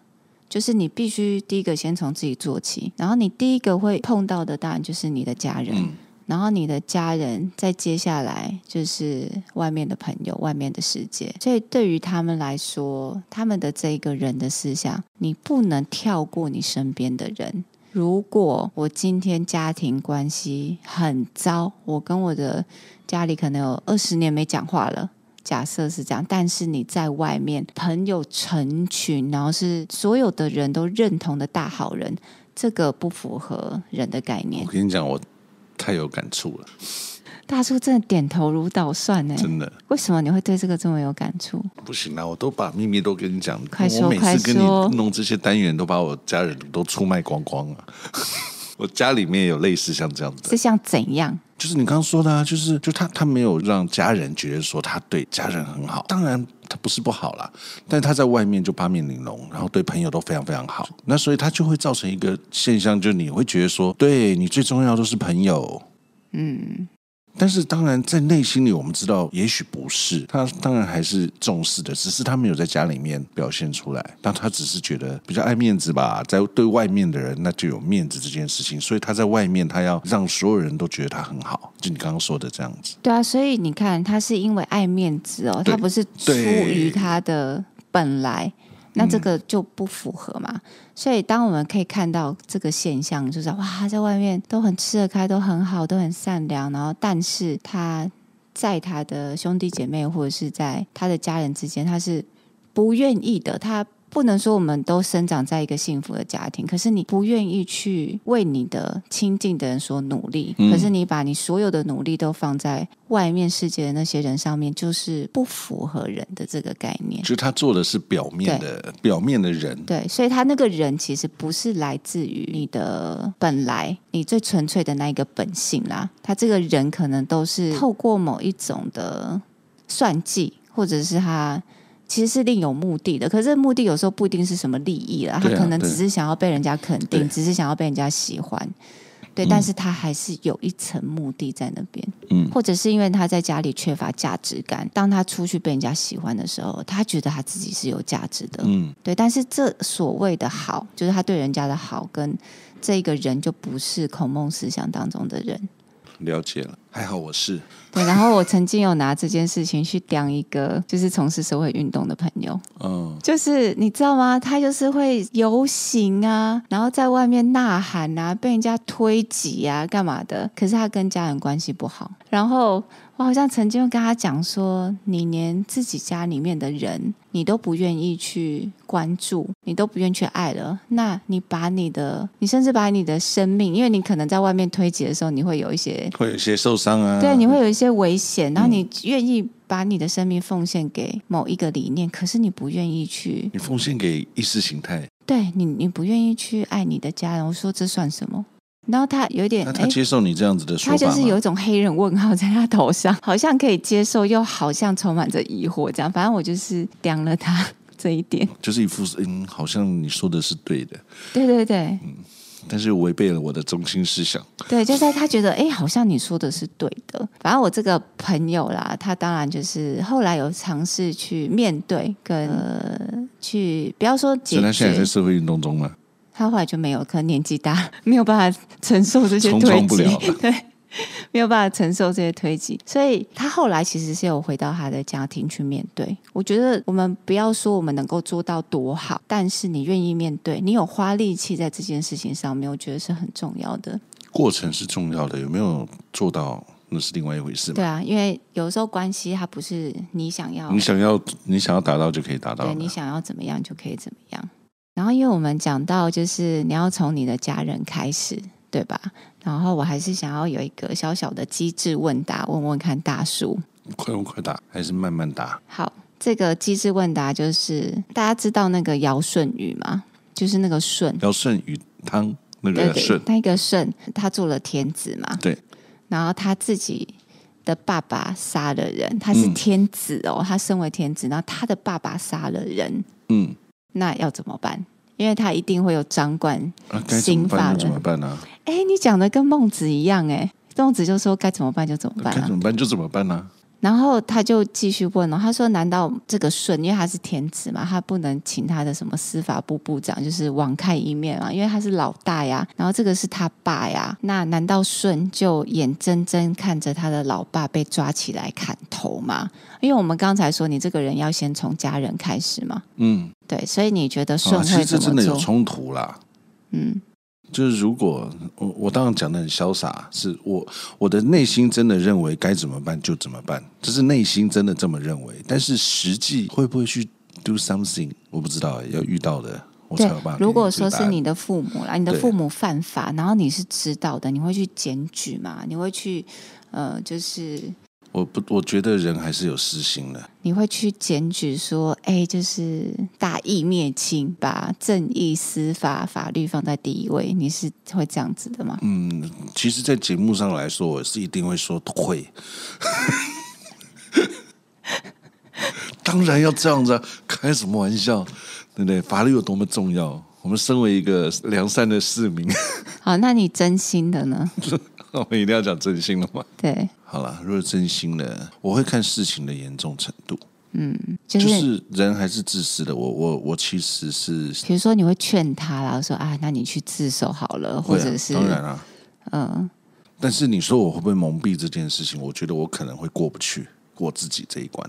[SPEAKER 1] 就是你必须第一个先从自己做起，然后你第一个会碰到的当然就是你的家人，
[SPEAKER 2] 嗯
[SPEAKER 1] 然后你的家人，再接下来就是外面的朋友、外面的世界。所以对于他们来说，他们的这一个人的思想，你不能跳过你身边的人，如果我今天家庭关系很糟，我跟我的家里可能有二十年没讲话了。假设是这样，但是你在外面朋友成群，然后是所有的人都认同的大好人，这个不符合人的概念
[SPEAKER 2] 我。跟你讲，我太有感触了，
[SPEAKER 1] 哦大叔真的点头如捣蒜呢、
[SPEAKER 2] 真的
[SPEAKER 1] 为什么你会对这个这么有感触？
[SPEAKER 2] 不行啦！我都把秘密都跟你讲，
[SPEAKER 1] 快说
[SPEAKER 2] 我每
[SPEAKER 1] 快
[SPEAKER 2] 次跟你
[SPEAKER 1] 说
[SPEAKER 2] 弄这些单元，都把我家人都出卖光光了。 [laughs] 我家里面有类似像这样子的
[SPEAKER 1] 是像怎样？
[SPEAKER 2] 就是你刚刚说的、啊，就是就他他没有让家人觉得说他对家人很好，当然他不是不好啦，但他在外面就八面玲珑，然后对朋友都非常非常好，那所以他就会造成一个现象，就你会觉得说，对你最重要都是朋友，
[SPEAKER 1] 嗯，
[SPEAKER 2] 但是当然，在内心里我们知道，也许不是他，当然还是重视的，只是他没有在家里面表现出来。那他只是觉得比较爱面子吧，在对外面的人，那就有面子这件事情，所以他在外面，他要让所有人都觉得他很好，就你刚刚说的这样子。
[SPEAKER 1] 对啊，所以你看，他是因为爱面子哦，
[SPEAKER 2] 对
[SPEAKER 1] 他不是出于他的本来，那这个就不符合嘛。所以当我们可以看到这个现象，就是哇，他在外面都很吃得开，都很好，都很善良，然后但是他在他的兄弟姐妹或者是在他的家人之间，他是不愿意的，他。不能说我们都生长在一个幸福的家庭，可是你不愿意去为你的亲近的人所努力，
[SPEAKER 2] 嗯
[SPEAKER 1] 可是你把你所有的努力都放在外面世界的那些人上面，就是不符合人的这个概念。
[SPEAKER 2] 就是他做的是表面的，表面的人，
[SPEAKER 1] 对，所以他那个人其实不是来自于你的本来你最纯粹的那一个本性啦，他这个人可能都是透过某一种的算计，或者是他。其实是另有目的的，可是目的有时候不一定是什么利益啦，他
[SPEAKER 2] 对啊
[SPEAKER 1] 可能
[SPEAKER 2] 对
[SPEAKER 1] 只是想要被人家肯
[SPEAKER 2] 对
[SPEAKER 1] 定，只是想要被人家喜欢，对，但是他还是有一层目的在那边，
[SPEAKER 2] 嗯
[SPEAKER 1] 或者是因为他在家里缺乏价值感，当他出去被人家喜欢的时候，他觉得他自己是有价值的，
[SPEAKER 2] 嗯，
[SPEAKER 1] 对，但是这所谓的好，就是他对人家的好，跟这个人就不是孔孟思想当中的人。
[SPEAKER 2] 了解了。还好我是，
[SPEAKER 1] 对，然后我曾经有拿这件事情去刁一个就是从事社会运动的朋友，
[SPEAKER 2] 嗯，
[SPEAKER 1] 就是你知道吗？他就是会游行啊，然后在外面呐喊啊，被人家推挤啊，干嘛的？可是他跟家人关系不好，然后我好像曾经跟他讲说，你连自己家里面的人你都不愿意去关注，你都不愿意去爱了，那你把你的，你甚至把你的生命，因为你可能在外面推挤的时候，你会有一些
[SPEAKER 2] 会有一些受伤啊，
[SPEAKER 1] 对，你会有一些危
[SPEAKER 2] 嗯
[SPEAKER 1] 险，然后你愿意把你的生命奉献给某一个理念，可是你不愿意去，
[SPEAKER 2] 你奉献给意识形态，
[SPEAKER 1] 对你，你不愿意去爱你的家人。我说这算什么？然后他有点
[SPEAKER 2] 那
[SPEAKER 1] 哎。
[SPEAKER 2] 他接受你这样子的说
[SPEAKER 1] 他
[SPEAKER 2] 法
[SPEAKER 1] 就是
[SPEAKER 2] 吗
[SPEAKER 1] 有一种黑人问号在他头上，好像可以接受，又好像充满着疑惑，这样。反正我就是刁了他这一点。
[SPEAKER 2] 就是一副嗯，好像你说的是对的，
[SPEAKER 1] 对对对
[SPEAKER 2] 但是违背了我的中心思想。
[SPEAKER 1] 对，就是他觉得，哎，好像你说的是对的。反正我这个朋友啦，他当然就是后来有尝试去面对跟、呃、去，不要说解
[SPEAKER 2] 所以他
[SPEAKER 1] 决，
[SPEAKER 2] 现在也在社会运动中嘛，
[SPEAKER 1] 他后来就没有，可能年纪大，没有办法承受这些
[SPEAKER 2] 冲
[SPEAKER 1] 推
[SPEAKER 2] 撞不
[SPEAKER 1] 挤
[SPEAKER 2] 了了，
[SPEAKER 1] 对，没有办法承受这些推挤，所以他后来其实是有回到他的家庭去面对。我觉得我们不要说我们能够做到多好，但是你愿意面对，你有花力气在这件事情上面，我觉得是很重要的。
[SPEAKER 2] 过程是重要的，有没有做到那是另外一回事嘛。
[SPEAKER 1] 对啊，因为有时候关系它不是你想要
[SPEAKER 2] 你想要你想要达到就可以达到
[SPEAKER 1] 对
[SPEAKER 2] 的，
[SPEAKER 1] 你想要怎么样就可以怎么样。然后，因为我们讲到就是你要从你的家人开始，对吧？然后我还是想要有一个小小的机智问答，问问看大叔。
[SPEAKER 2] 快问快答还是慢慢答？
[SPEAKER 1] 好，这个机智问答就是大家知道那个尧舜禹吗？就是那个舜，
[SPEAKER 2] 要顺与汤那
[SPEAKER 1] 对
[SPEAKER 2] 个
[SPEAKER 1] 对
[SPEAKER 2] 顺，，
[SPEAKER 1] 那个舜他做了天子嘛，
[SPEAKER 2] 对，
[SPEAKER 1] 然后他自己的爸爸杀了人，他是
[SPEAKER 2] 嗯
[SPEAKER 1] 天子哦，他身为天子，然后他的爸爸杀了人，
[SPEAKER 2] 嗯，
[SPEAKER 1] 那要怎么办？因为他一定会有掌管。
[SPEAKER 2] 啊，该怎么
[SPEAKER 1] 刑法
[SPEAKER 2] 办
[SPEAKER 1] 的
[SPEAKER 2] 就怎么办啊呢？
[SPEAKER 1] 哎，你讲的跟孟子一样哎，孟子就说该怎么办就怎么办
[SPEAKER 2] 该
[SPEAKER 1] 啊
[SPEAKER 2] 怎。么办就怎么办啊呢？
[SPEAKER 1] 然后他就继续问了、哦他说：“难道这个舜，因为他是天子嘛，他不能请他的什么司法部部长，就是网开一面嘛，因为他是老大呀，然后这个是他爸呀，那难道舜就眼睁睁看着他的老爸被抓起来砍头吗？因为我们刚才说，你这个人要先从家人开始嘛，
[SPEAKER 2] 嗯，
[SPEAKER 1] 对，所以你觉得舜
[SPEAKER 2] 啊，其
[SPEAKER 1] 会
[SPEAKER 2] 实这
[SPEAKER 1] 怎
[SPEAKER 2] 真
[SPEAKER 1] 么
[SPEAKER 2] 的有
[SPEAKER 1] 做？
[SPEAKER 2] 冲突啦。
[SPEAKER 1] 嗯，
[SPEAKER 2] 就是如果我我当然讲的很潇洒，是我我的内心真的认为该怎么办就怎么办，就是内心真的这么认为，但是实际会不会去 do something，我不知道，要遇到的我才
[SPEAKER 1] 对
[SPEAKER 2] 有办法。，
[SPEAKER 1] 如果说是你，的父母啦，你的
[SPEAKER 2] 对
[SPEAKER 1] 父母犯法，然后你是知道的，你会去检举嘛？你会去呃，就是
[SPEAKER 2] 我不，我觉得人还是有私心的。
[SPEAKER 1] 你会去检举说，哎，就是大义灭亲，把正义、司法、法律放在第一位，你是会这样子的吗？
[SPEAKER 2] 嗯，其实，在节目上来说，我是一定会说会。 [laughs] 当然要这样子、啊，开什么玩笑，对不对？法律有多么重要？我们身为一个良善的市民，
[SPEAKER 1] 好，那你真心的呢？
[SPEAKER 2] [laughs] 我们一定要讲真心了吗？
[SPEAKER 1] 对，
[SPEAKER 2] 好了，如果真心的，我会看事情的严重程度。
[SPEAKER 1] 就是、
[SPEAKER 2] 就是人还是自私的，我我我其实是
[SPEAKER 1] 比如说你会劝他啦，说啊，那你去自首好了，或
[SPEAKER 2] 会啊
[SPEAKER 1] 者是
[SPEAKER 2] 当然啊，
[SPEAKER 1] 嗯，
[SPEAKER 2] 但是你说我会不会蒙蔽这件事情？我觉得我可能会过不去我自己这一关。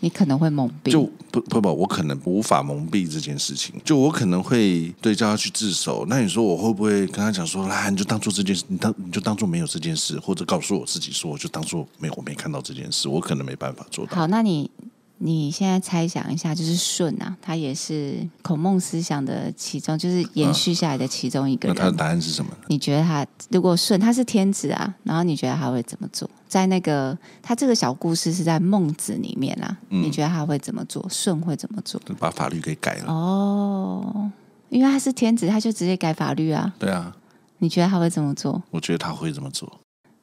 [SPEAKER 1] 你可能会蒙蔽，
[SPEAKER 2] 就不不不，我可能无法蒙蔽这件事情，就我可能会对叫他去自首。那你说我会不会跟他讲说，来，你就当做这件事，你当你就当做没有这件事，或者告诉我自己说，我就当做没有我没看到这件事，我可能没办法做到。
[SPEAKER 1] 好，那你你现在猜想一下，就是舜啊，他也是孔孟思想的其中，就是延续下来的其中一个
[SPEAKER 2] 嗯那他
[SPEAKER 1] 人。
[SPEAKER 2] 的答案是什么呢？
[SPEAKER 1] 你觉得他如果舜他是天子啊，然后你觉得他会怎么做？在那个他这个小故事是在《孟子》里面啊，
[SPEAKER 2] 嗯
[SPEAKER 1] 你觉得他会怎么做？舜会怎么做？
[SPEAKER 2] 就把法律给改了。
[SPEAKER 1] 哦，因为他是天子，他就直接改法律啊。
[SPEAKER 2] 对啊，
[SPEAKER 1] 你觉得他会怎么做？
[SPEAKER 2] 我觉得他会这么做。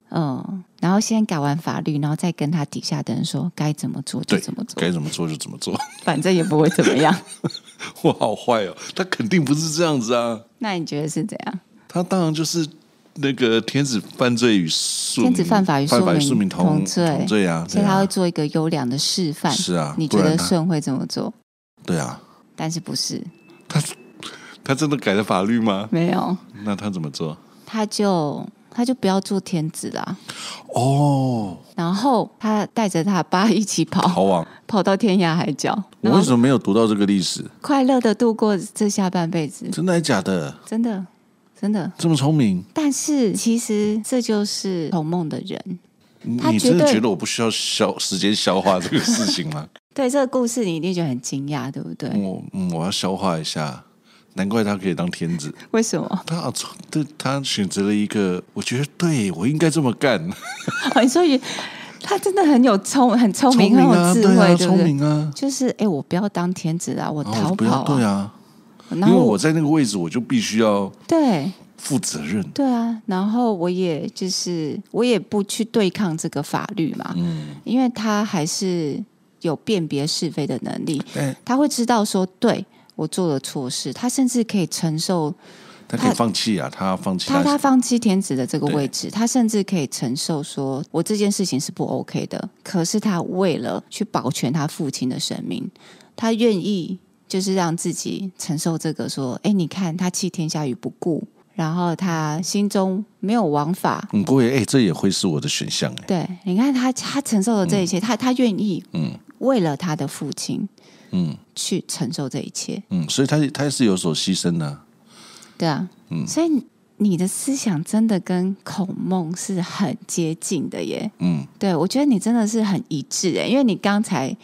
[SPEAKER 1] 嗯，然后先改完法律，然后再跟他底下的人说该怎么做就
[SPEAKER 2] 对
[SPEAKER 1] 怎么，做，
[SPEAKER 2] 该怎么做就怎么做。 [laughs]
[SPEAKER 1] 反正也不会怎么样。 [laughs]
[SPEAKER 2] 我好坏哦，他肯定不是这样子啊。
[SPEAKER 1] 那你觉得是怎样？
[SPEAKER 2] 他当然就是那个天子犯罪与庶民
[SPEAKER 1] 天子犯法与庶
[SPEAKER 2] 嗯犯
[SPEAKER 1] 民
[SPEAKER 2] 法与庶民同
[SPEAKER 1] 同罪
[SPEAKER 2] 罪啊，
[SPEAKER 1] 所以
[SPEAKER 2] 对啊
[SPEAKER 1] 他会做一个优良的示范。
[SPEAKER 2] 是啊，
[SPEAKER 1] 你
[SPEAKER 2] 不
[SPEAKER 1] 觉
[SPEAKER 2] 然
[SPEAKER 1] 得
[SPEAKER 2] 他
[SPEAKER 1] 舜会怎么做？
[SPEAKER 2] 对啊，
[SPEAKER 1] 但是不是
[SPEAKER 2] 他真的改了法律吗？
[SPEAKER 1] 没有，
[SPEAKER 2] 那他怎么做？
[SPEAKER 1] 他就他就不要做天子啦，
[SPEAKER 2] 哦，
[SPEAKER 1] 然后他带着他爸一起跑，
[SPEAKER 2] 逃亡！
[SPEAKER 1] 跑到天涯海角，哦
[SPEAKER 2] 我
[SPEAKER 1] 然
[SPEAKER 2] 为
[SPEAKER 1] 后
[SPEAKER 2] 什么没有读到这个历史？
[SPEAKER 1] 快乐的度过这下半辈子，
[SPEAKER 2] 真的还假的？
[SPEAKER 1] 真的真的。
[SPEAKER 2] 这么聪明，
[SPEAKER 1] 但是其实这就是孔孟的人。
[SPEAKER 2] 你
[SPEAKER 1] 他
[SPEAKER 2] 你
[SPEAKER 1] 绝
[SPEAKER 2] 真的
[SPEAKER 1] 对
[SPEAKER 2] 觉得我不需要消时间消化这个事情吗？
[SPEAKER 1] 对这个故事，你一定觉得很惊讶，对不对？
[SPEAKER 2] 我嗯，我要消化一下。难怪他可以当天子，
[SPEAKER 1] 为什么？ [laughs]
[SPEAKER 2] 他对他选择了一个，我觉得对我应该这么干，
[SPEAKER 1] 哦你说以他真的很有聪，很聪
[SPEAKER 2] 聪
[SPEAKER 1] 明，
[SPEAKER 2] 明
[SPEAKER 1] 很
[SPEAKER 2] 啊，
[SPEAKER 1] 有智
[SPEAKER 2] 对啊，
[SPEAKER 1] 慧，对不
[SPEAKER 2] 聪
[SPEAKER 1] 对？
[SPEAKER 2] 明啊，
[SPEAKER 1] 就是哎、我不要当天子啊，我
[SPEAKER 2] 然后
[SPEAKER 1] 逃
[SPEAKER 2] 我不
[SPEAKER 1] 跑
[SPEAKER 2] 要对
[SPEAKER 1] 啊，
[SPEAKER 2] 啊，
[SPEAKER 1] 然
[SPEAKER 2] 因为
[SPEAKER 1] 后
[SPEAKER 2] 我在那个位置，我就必须要
[SPEAKER 1] 对
[SPEAKER 2] 负责任。
[SPEAKER 1] 对啊，然后我也就是我也不去对抗这个法律嘛，
[SPEAKER 2] 嗯，
[SPEAKER 1] 因为他还是有辨别是非的能力，
[SPEAKER 2] 但
[SPEAKER 1] 他会知道说对。我做了错事，他甚至可以承受
[SPEAKER 2] 他可以
[SPEAKER 1] 他
[SPEAKER 2] 放弃啊，他放弃
[SPEAKER 1] 他他放弃天子的这个
[SPEAKER 2] 对
[SPEAKER 1] 位置，他甚至可以承受说，我这件事情是不 OK 的。可是他为了去保全他父亲的生命，他愿意就是让自己承受这个说，哎，你看他弃天下于不顾，然后他心中没有王法。
[SPEAKER 2] 嗯，各位，哎、这也会是我的选项哎、
[SPEAKER 1] 对，你看他他承受了这一切，他他愿意
[SPEAKER 2] 嗯
[SPEAKER 1] 为了他的父亲
[SPEAKER 2] 嗯
[SPEAKER 1] 去承受这一切，
[SPEAKER 2] 嗯，所以他他是有所牺牲的啊、
[SPEAKER 1] 对啊，
[SPEAKER 2] 嗯
[SPEAKER 1] 所以你的思想真的跟孔孟是很接近的耶。
[SPEAKER 2] 嗯，
[SPEAKER 1] 对，我觉得你真的是很一致诶，因为你刚才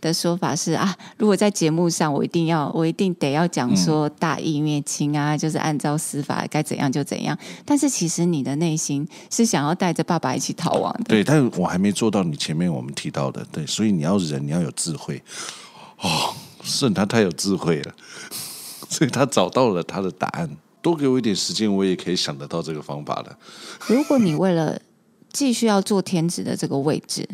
[SPEAKER 1] 的说法是啊，如果在节目上，我一定要，我一定得要讲说
[SPEAKER 2] 嗯
[SPEAKER 1] 大义灭亲啊，就是按照司法该怎样就怎样。但是其实你的内心是想要带着爸爸一起逃亡的，
[SPEAKER 2] 对，但我还没做到你前面我们提到的，对，所以你要人，你要有智慧。哦，舜他太有智慧了， [laughs] 所以他找到了他的答案。多给我一点时间，我也可以想得到这个方法的。
[SPEAKER 1] 如果你为了继续要做天子的这个位置，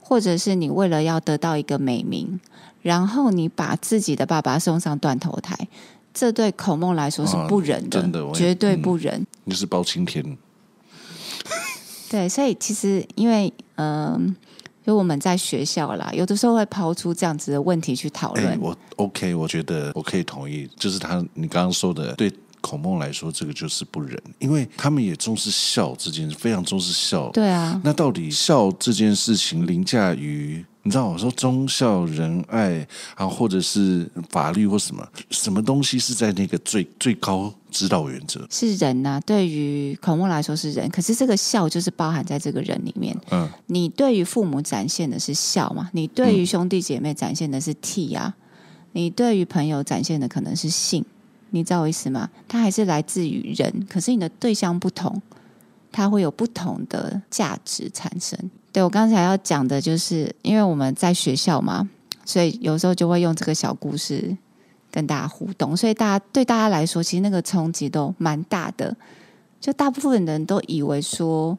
[SPEAKER 1] 或者是你为了要得到一个美名，然后你把自己的爸爸送上断头台，这对孔孟来说是
[SPEAKER 2] 啊
[SPEAKER 1] 不仁的，
[SPEAKER 2] 真的我也
[SPEAKER 1] 绝对
[SPEAKER 2] 嗯
[SPEAKER 1] 不仁。
[SPEAKER 2] 你是包青天，
[SPEAKER 1] 对，所以其实因为嗯、就我们在学校啦，有的时候会抛出这样子的问题去讨
[SPEAKER 2] 哎、
[SPEAKER 1] 论。
[SPEAKER 2] 我 OK，我觉得我可以同意，就是他你刚刚说的，对孔孟来说，这个就是不仁，因为他们也重视孝这件事，非常重视孝。
[SPEAKER 1] 对啊，
[SPEAKER 2] 那到底孝这件事情凌驾于？你知道我说忠孝仁爱啊，或者是法律或什么什么东西是在那个最最高指导原则。
[SPEAKER 1] 是人呐、对于孔孟来说是人，可是这个孝就是包含在这个人里面。
[SPEAKER 2] 嗯，
[SPEAKER 1] 你对于父母展现的是孝嘛？你对于兄弟姐妹展现的是悌啊？你对于朋友展现的可能是信，你知道我意思吗？它还是来自于人，可是你的对象不同，它会有不同的价值产生。对我刚才要讲的就是，因为我们在学校嘛，所以有时候就会用这个小故事跟大家互动，所以大家对大家来说，其实那个冲击都蛮大的。就大部分人都以为说，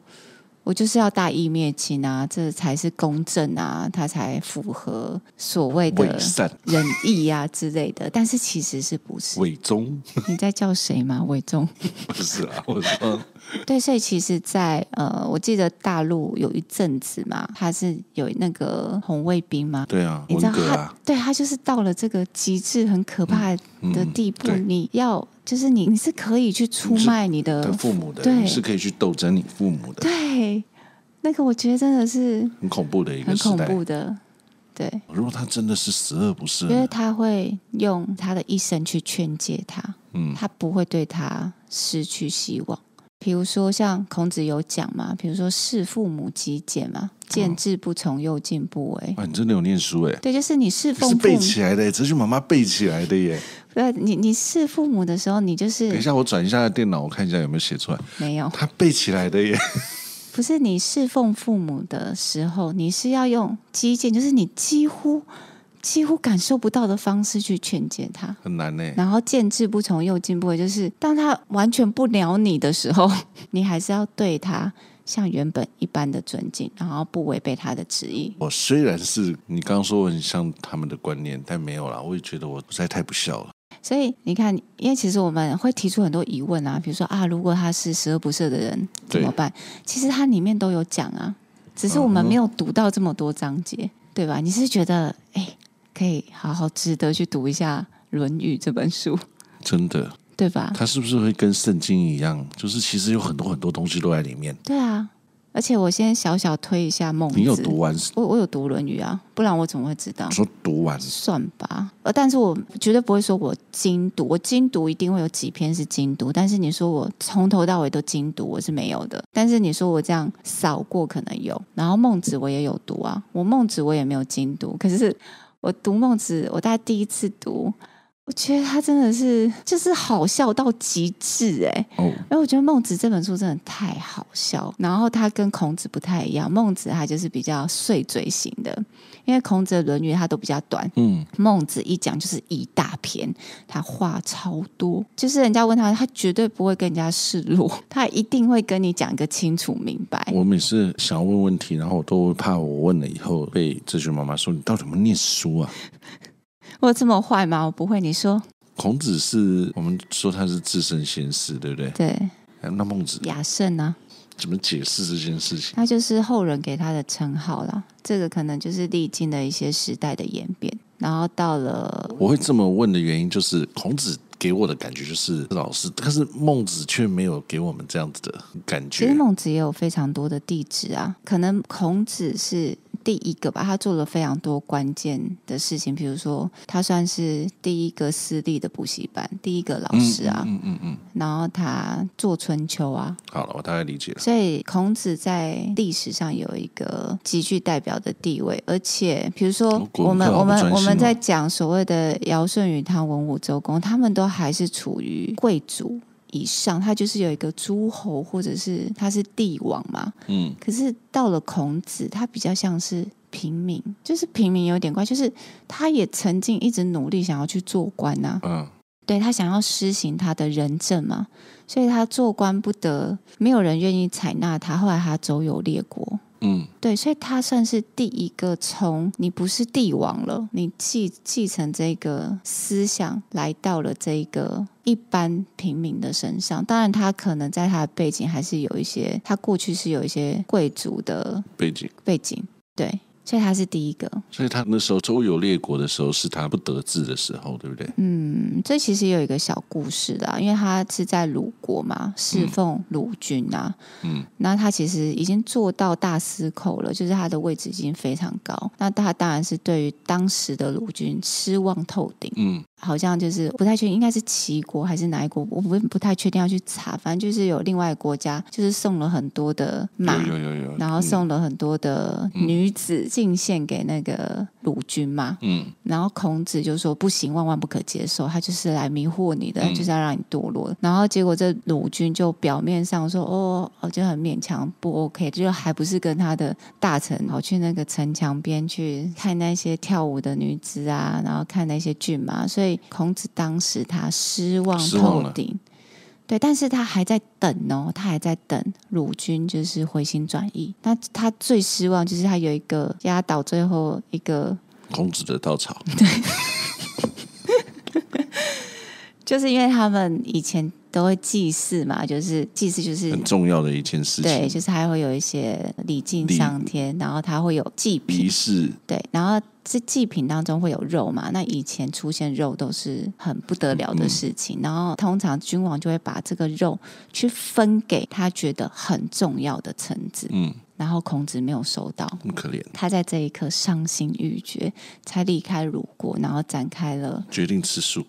[SPEAKER 1] 我就是要大义灭亲啊，这才是公正啊，它才符合所谓
[SPEAKER 2] 伪
[SPEAKER 1] 的
[SPEAKER 2] 善、
[SPEAKER 1] 仁义啊之类的。但是其实是不是？
[SPEAKER 2] 伪忠
[SPEAKER 1] 你在叫谁吗？伟
[SPEAKER 2] [laughs]
[SPEAKER 1] 忠？
[SPEAKER 2] 不是啊，我
[SPEAKER 1] 嗯
[SPEAKER 2] 说
[SPEAKER 1] 对，所以其实在，呃，我记得大陆有一阵子嘛，他是有那个红卫兵嘛，
[SPEAKER 2] 对啊，
[SPEAKER 1] 你知道
[SPEAKER 2] 文革
[SPEAKER 1] 他、
[SPEAKER 2] 啊，
[SPEAKER 1] 对他就是到了这个极致很可怕的地步，
[SPEAKER 2] 对
[SPEAKER 1] 你要就是你你是可以去出卖你的
[SPEAKER 2] 但父母
[SPEAKER 1] 嗯
[SPEAKER 2] 的
[SPEAKER 1] 对
[SPEAKER 2] 嗯你是可以去斗争你父母的，
[SPEAKER 1] 对那个我觉得真的是
[SPEAKER 2] 很恐怖的一个
[SPEAKER 1] 很
[SPEAKER 2] 时
[SPEAKER 1] 恐
[SPEAKER 2] 代。
[SPEAKER 1] 怖的，对，
[SPEAKER 2] 如果他真的是十恶不赦
[SPEAKER 1] 因为
[SPEAKER 2] 呢，
[SPEAKER 1] 他会用他的一生去劝诫他，
[SPEAKER 2] 嗯
[SPEAKER 1] 他不会对他失去希望。比如说，像孔子有讲嘛，比如说“视父母极简”嘛，“
[SPEAKER 2] 哦
[SPEAKER 1] 见志不从，又进不为
[SPEAKER 2] 啊，你真的有念书哎”。，
[SPEAKER 1] 对，就是你侍
[SPEAKER 2] 是
[SPEAKER 1] 奉父
[SPEAKER 2] 背
[SPEAKER 1] 母，
[SPEAKER 2] 起来的耶，这是妈妈背起来的耶。
[SPEAKER 1] 对，你你侍父母的时候，你就
[SPEAKER 2] 等一
[SPEAKER 1] 是
[SPEAKER 2] 下，我转一下电脑，我看一下有没有写出来。
[SPEAKER 1] 没有，
[SPEAKER 2] 他背起来的耶，
[SPEAKER 1] 不是你侍奉父母的时候，你是要用激谏，就是你几乎几乎感受不到的方式去劝诫他。
[SPEAKER 2] 很难呢。
[SPEAKER 1] 然后见志不从又进步，就是当他完全不鸟你的时候， [laughs] 你还是要对他像原本一般的尊敬，然后不违背他的旨意。
[SPEAKER 2] 我哦虽然是你刚刚说我很像他们的观念，但没有啦，我也觉得我实在太不孝了。
[SPEAKER 1] 所以你看，因为其实我们会提出很多疑问啊，比如说啊，如果他是十恶不赦的人怎么办？其实它里面都有讲啊，只是我们
[SPEAKER 2] 嗯哼
[SPEAKER 1] 没有读到这么多章节，对吧？你是觉得哎，可以好好值得去读一下《论语》这本书，
[SPEAKER 2] 真的，
[SPEAKER 1] 对吧？
[SPEAKER 2] 他是不是会跟圣经一样，就是其实有很多很多东西都在里面？
[SPEAKER 1] 对啊，而且我先小小推一下孟子，
[SPEAKER 2] 你有读完，
[SPEAKER 1] 我我有读《论语》啊，不然我怎么会知道？
[SPEAKER 2] 说读完，
[SPEAKER 1] 算吧，呃，但是我绝对不会说我精读，我精读一定会有几篇是精读，但是你说我从头到尾都精读，我是没有的。但是你说我这样扫过可能有，然后孟子我也有读啊，我孟子我也没有精读，可是我读孟子，我大概第一次读，我觉得他真的是就是好笑到极致哎、
[SPEAKER 2] 哦，
[SPEAKER 1] 因为我觉得孟子这本书真的太好笑，然后他跟孔子不太一样，孟子他就是比较碎嘴型的，因为孔子的《论语》他都比较短，
[SPEAKER 2] 嗯，
[SPEAKER 1] 孟子一讲就是一大篇，他话超多，就是人家问他，他绝对不会跟人家示弱，他一定会跟你讲个清楚明白。
[SPEAKER 2] 我每次想要问问题，然后我都怕我问了以后被这群妈妈说你到底有没有念书啊？
[SPEAKER 1] 我有这么坏吗？我不会。你说
[SPEAKER 2] 孔子是我们说他是至圣先师，对不对？
[SPEAKER 1] 对，
[SPEAKER 2] 那孟子
[SPEAKER 1] 亚圣呢、
[SPEAKER 2] 怎么解释这件事情？
[SPEAKER 1] 啊他就是后人给他的称号啦。这个可能就是历经了一些时代的演变，然后到了
[SPEAKER 2] 我会这么问的原因，就是孔子给我的感觉就是老师，但是孟子却没有给我们这样子的感
[SPEAKER 1] 其实
[SPEAKER 2] 觉。
[SPEAKER 1] 孟子也有非常多的弟子啊，可能孔子是第一个吧，他做了非常多关键的事情，比如说他算是第一个私立的补习班，第一个老师啊，
[SPEAKER 2] 嗯嗯嗯，
[SPEAKER 1] 然后他做春秋啊，
[SPEAKER 2] 好了，我大概理解了。
[SPEAKER 1] 所以孔子在历史上有一个极具代表的地位，而且比如说
[SPEAKER 2] 哦国
[SPEAKER 1] 我
[SPEAKER 2] 文
[SPEAKER 1] 们
[SPEAKER 2] 课好
[SPEAKER 1] 我们
[SPEAKER 2] 不专心哦
[SPEAKER 1] 我们在讲所谓的尧舜禹汤文武周公，他们都还是处于贵族。以上，他就是有一个诸侯，或者是他是帝王嘛。
[SPEAKER 2] 嗯，
[SPEAKER 1] 可是到了孔子，他比较像是平民，就是平民有点怪，就是他也曾经一直努力想要去做官啊呐、
[SPEAKER 2] 嗯，
[SPEAKER 1] 对他想要施行他的仁政嘛，所以他做官不得，没有人愿意采纳他。后来他周游列国，
[SPEAKER 2] 嗯，
[SPEAKER 1] 对，所以他算是第一个从你不是帝王了，你继继承这个思想来到了这个一般平民的身上。当然，他可能在他的背景还是有一些，他过去是有一些贵族的
[SPEAKER 2] 背景。
[SPEAKER 1] 背景，对，所以他是第一个。
[SPEAKER 2] 所以他那时候周游列国的时候，是他不得志的时候，对不对？
[SPEAKER 1] 嗯，这其实有一个小故事啦，因为他是在鲁国嘛，侍奉鲁军啊，
[SPEAKER 2] 嗯，
[SPEAKER 1] 那他其实已经做到大司寇了，就是他的位置已经非常高。那他当然是对于当时的鲁军失望透顶。
[SPEAKER 2] 嗯，
[SPEAKER 1] 好像就是不太确定，应该是齐国还是哪一国，我不不太确定要去查。反正就是有另外一个国家，就是送了很多的马，
[SPEAKER 2] 有有有有，
[SPEAKER 1] 然后送了很多的女子进献给那个鲁君嘛。
[SPEAKER 2] 嗯
[SPEAKER 1] 然后孔子就说不行，万万不可接受，他就是来迷惑你的，就是要让你堕落。然后结果这鲁君就表面上说哦，哦就很勉强不 OK，就还不是跟他的大臣跑去那个城墙边去看那些跳舞的女子啊，然后看那些骏马。所以孔子当时他失望
[SPEAKER 2] 失望
[SPEAKER 1] 透
[SPEAKER 2] 了
[SPEAKER 1] 顶。对，但是他还在等哦，他还在等鲁军就是回心转意。那他最失望就是他有一个压倒最后一个
[SPEAKER 2] 孔子的稻草，
[SPEAKER 1] 嗯就是因为他们以前都会祭祀嘛，就是祭祀就是
[SPEAKER 2] 很重要的一件事
[SPEAKER 1] 对，
[SPEAKER 2] 情，
[SPEAKER 1] 就是还会有一些礼敬
[SPEAKER 2] 礼
[SPEAKER 1] 上天，然后他会有祭品，
[SPEAKER 2] 仪式
[SPEAKER 1] 对，然后这祭品当中会有肉嘛，那以前出现肉都是很不得了
[SPEAKER 2] 嗯
[SPEAKER 1] 的事情，然后通常君王就会把这个肉去分给他觉得很重要的臣子，
[SPEAKER 2] 嗯，
[SPEAKER 1] 然后孔子没有收到。
[SPEAKER 2] 很可怜，
[SPEAKER 1] 他在这一刻伤心欲绝，才离开鲁国，然后展开
[SPEAKER 2] [laughs]
[SPEAKER 1] 了
[SPEAKER 2] 决定
[SPEAKER 1] [laughs]
[SPEAKER 2] 吃素。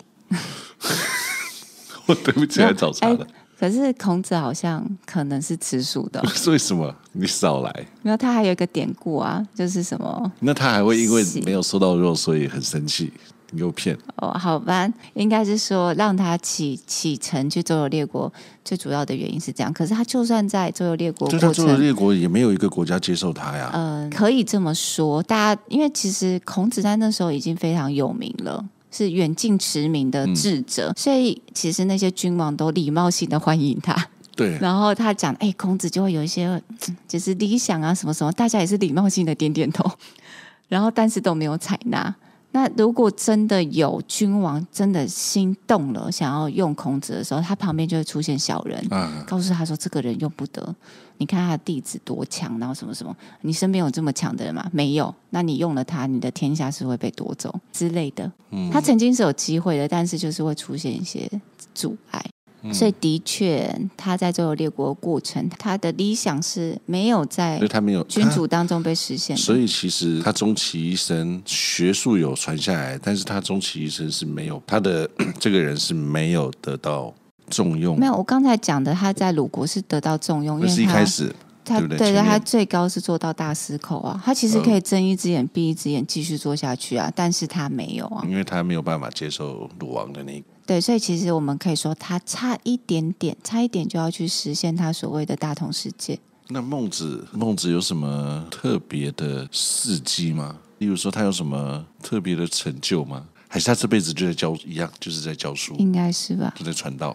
[SPEAKER 2] 我对不起，来找茬了，
[SPEAKER 1] 哎可是孔子好像可能是吃素
[SPEAKER 2] [laughs]
[SPEAKER 1] 的哦、
[SPEAKER 2] 为什么？你少来。
[SPEAKER 1] 没有，他还有一个典故啊，就是什么
[SPEAKER 2] 那他还会因为
[SPEAKER 1] 是
[SPEAKER 2] 没有收到肉，所以很生气，你又骗。
[SPEAKER 1] 哦，好吧，应该是说让他启启程去周游列国，最主要的原因是这样。可是他就算在周游列国
[SPEAKER 2] 就他
[SPEAKER 1] 过
[SPEAKER 2] 周游
[SPEAKER 1] 程，
[SPEAKER 2] 列国也没有一个国家接受他呀。
[SPEAKER 1] 嗯、可以这么说，大家因为其实孔子在那时候已经非常有名了。是远近驰名的
[SPEAKER 2] 嗯
[SPEAKER 1] 智者，所以其实那些君王都礼貌性的欢迎他，
[SPEAKER 2] 对，
[SPEAKER 1] 然后他讲，哎、孔子就会有一些嗯就是理想啊什么什么，大家也是礼貌性的点点头， [laughs] 然后但是都没有采纳。那如果真的有君王真的心动了，想要用孔子的时候，他旁边就会出现小人，
[SPEAKER 2] 啊，
[SPEAKER 1] 告诉他说：“这个人用不得，你看他的弟子多强，然后什么什么，你身边有这么强的人吗？没有，那你用了他，你的天下是会被夺走之类的。
[SPEAKER 2] 嗯
[SPEAKER 1] 他曾经是有机会的，但是就是会出现一些阻碍。
[SPEAKER 2] 嗯
[SPEAKER 1] 所以的确，他在周游列国的过程，他的理想是没有在
[SPEAKER 2] 所以他没有
[SPEAKER 1] 君主当中被实现
[SPEAKER 2] 他
[SPEAKER 1] 的。
[SPEAKER 2] 所以其实他终其一生学术有传下来，但是他终其一生是没有他的 [clears throat] 这个人是没有得到重用
[SPEAKER 1] 没，有，我刚才讲的，他在鲁国是得到重用，因
[SPEAKER 2] 那是
[SPEAKER 1] 为
[SPEAKER 2] 一
[SPEAKER 1] 他
[SPEAKER 2] 开始
[SPEAKER 1] 他
[SPEAKER 2] 对不对
[SPEAKER 1] 对
[SPEAKER 2] 前面嗯
[SPEAKER 1] 他最高是做到大司寇啊，他其实可以睁一只眼闭一只眼继续做下去啊，但是他没有啊，
[SPEAKER 2] 因为他没有办法接受鲁王的那个
[SPEAKER 1] 对，所以其实我们可以说他差一点点，差一点就要去实现他所谓的大同世界。
[SPEAKER 2] 那孟子，孟子有什么特别的事迹吗？例如说，他有什么特别的成就吗？还是他这辈子就在教一样，就是在教书，
[SPEAKER 1] 应该是吧？
[SPEAKER 2] 就在传道？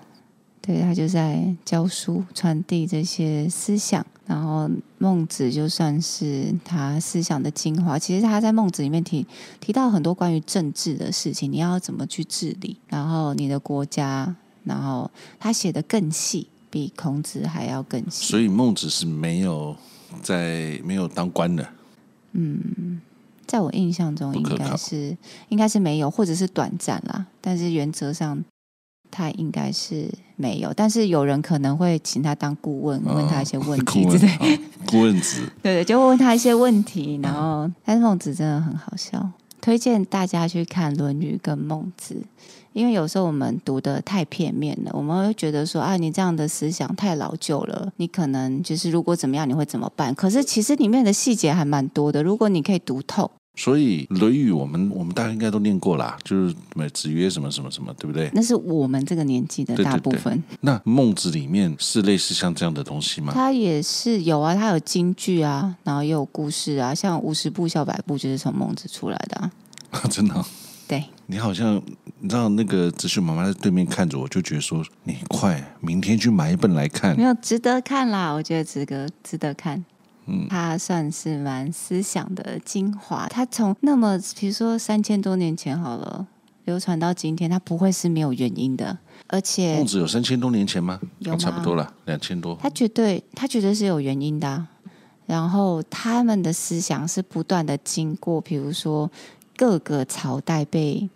[SPEAKER 1] 对他就在教书传递这些思想，然后孟子就算是他思想的精华。其实他在孟子里面提提到很多关于政治的事情，你要怎么去治理，然后你的国家，然后他写的更细，比孔子还要更细。
[SPEAKER 2] 所以孟子是没有在没有当官的，
[SPEAKER 1] 在我印象中，
[SPEAKER 2] 不
[SPEAKER 1] 应
[SPEAKER 2] 可
[SPEAKER 1] 该
[SPEAKER 2] 靠
[SPEAKER 1] 是应该是没有，或者是短暂啦。但是原则上，他应该是没有。但是有人可能会请他当顾问，问他一些问
[SPEAKER 2] 哦顾
[SPEAKER 1] 题之
[SPEAKER 2] 问嗯
[SPEAKER 1] 类。，
[SPEAKER 2] 啊顾问子，
[SPEAKER 1] 对对，就问他一些问题。然后，但是孟子真的很好笑，推荐大家去看《论语》跟《孟子》，因为有时候我们读的太片面了，我们会觉得说啊，你这样的思想太老旧了，你可能就是如果怎么样，你会怎么办？可是其实里面的细节还蛮多的，如果你可以读透。
[SPEAKER 2] 所以《论语》我们我们大家应该都念过啦，就是什么子曰什么什么什么，对不对？
[SPEAKER 1] 那是我们这个年纪的
[SPEAKER 2] 对
[SPEAKER 1] 大
[SPEAKER 2] 对
[SPEAKER 1] 部
[SPEAKER 2] 对
[SPEAKER 1] 分，
[SPEAKER 2] 那孟子里面是类似像这样的东西吗？ [laughs]
[SPEAKER 1] 他也是有啊，他有京剧啊，然后也有故事啊，像五十步笑百步就是从孟子出来的、啊，
[SPEAKER 2] 真的哦、
[SPEAKER 1] 对，
[SPEAKER 2] 你好像你知道那个子萱妈妈在对面看着我，就觉得说你快明天去买一本来看
[SPEAKER 1] 没。有值得看啦，我觉得值得值得看。嗯，他算是蛮思想的精华。他从那么比如说三千多年前好了，流传到今天，他不会是没有原因的，而且
[SPEAKER 2] 孟子有三千多年前吗？
[SPEAKER 1] 有
[SPEAKER 2] 啊
[SPEAKER 1] 吗
[SPEAKER 2] 差不多了，两千多。
[SPEAKER 1] 他绝对他绝对是有原因的啊、然后他们的思想是不断的经过，比如说各个朝代被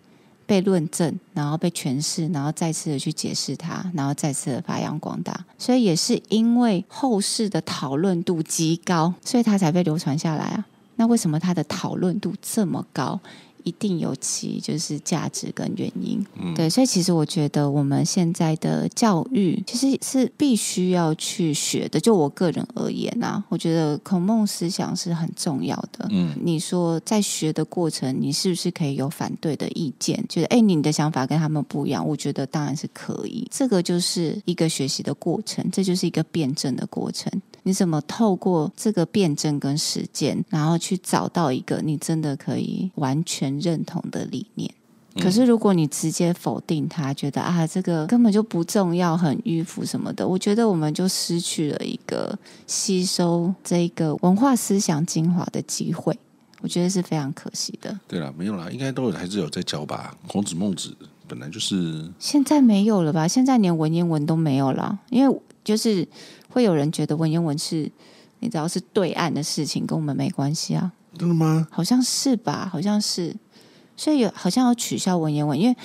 [SPEAKER 1] 被论证，然后被诠释，然后再次的去解释它，然后再次的发扬光大。所以也是因为后世的讨论度极高，所以它才被流传下来啊。那为什么它的讨论度这么高？一定有其就是价值跟原因。对，所以其实我觉得我们现在的教育其实是必须要去学的。就我个人而言啊，我觉得孔孟思想是很重要的。
[SPEAKER 2] 嗯，
[SPEAKER 1] 你说在学的过程，你是不是可以有反对的意见？觉得哎，诶你的想法跟他们不一样，我觉得当然是可以。这个就是一个学习的过程，这就是一个辩证的过程。你怎么透过这个辩证跟实践，然后去找到一个你真的可以完全认同的理念？可是如果你直接否定它，觉得啊这个根本就不重要，很迂腐什么的，我觉得我们就失去了一个吸收这个文化思想精华的机会，我觉得是非常可惜的。
[SPEAKER 2] 对了，没有啦，应该都有还是有在教吧。孔子、孟子本来就是
[SPEAKER 1] 现在没有了吧？现在连文言文都没有了，因为就是会有人觉得文言文是你知道是对岸的事情，跟我们没关系啊。
[SPEAKER 2] 真的吗？
[SPEAKER 1] 好像是吧？好像是，所以有好像要取消文言文，因为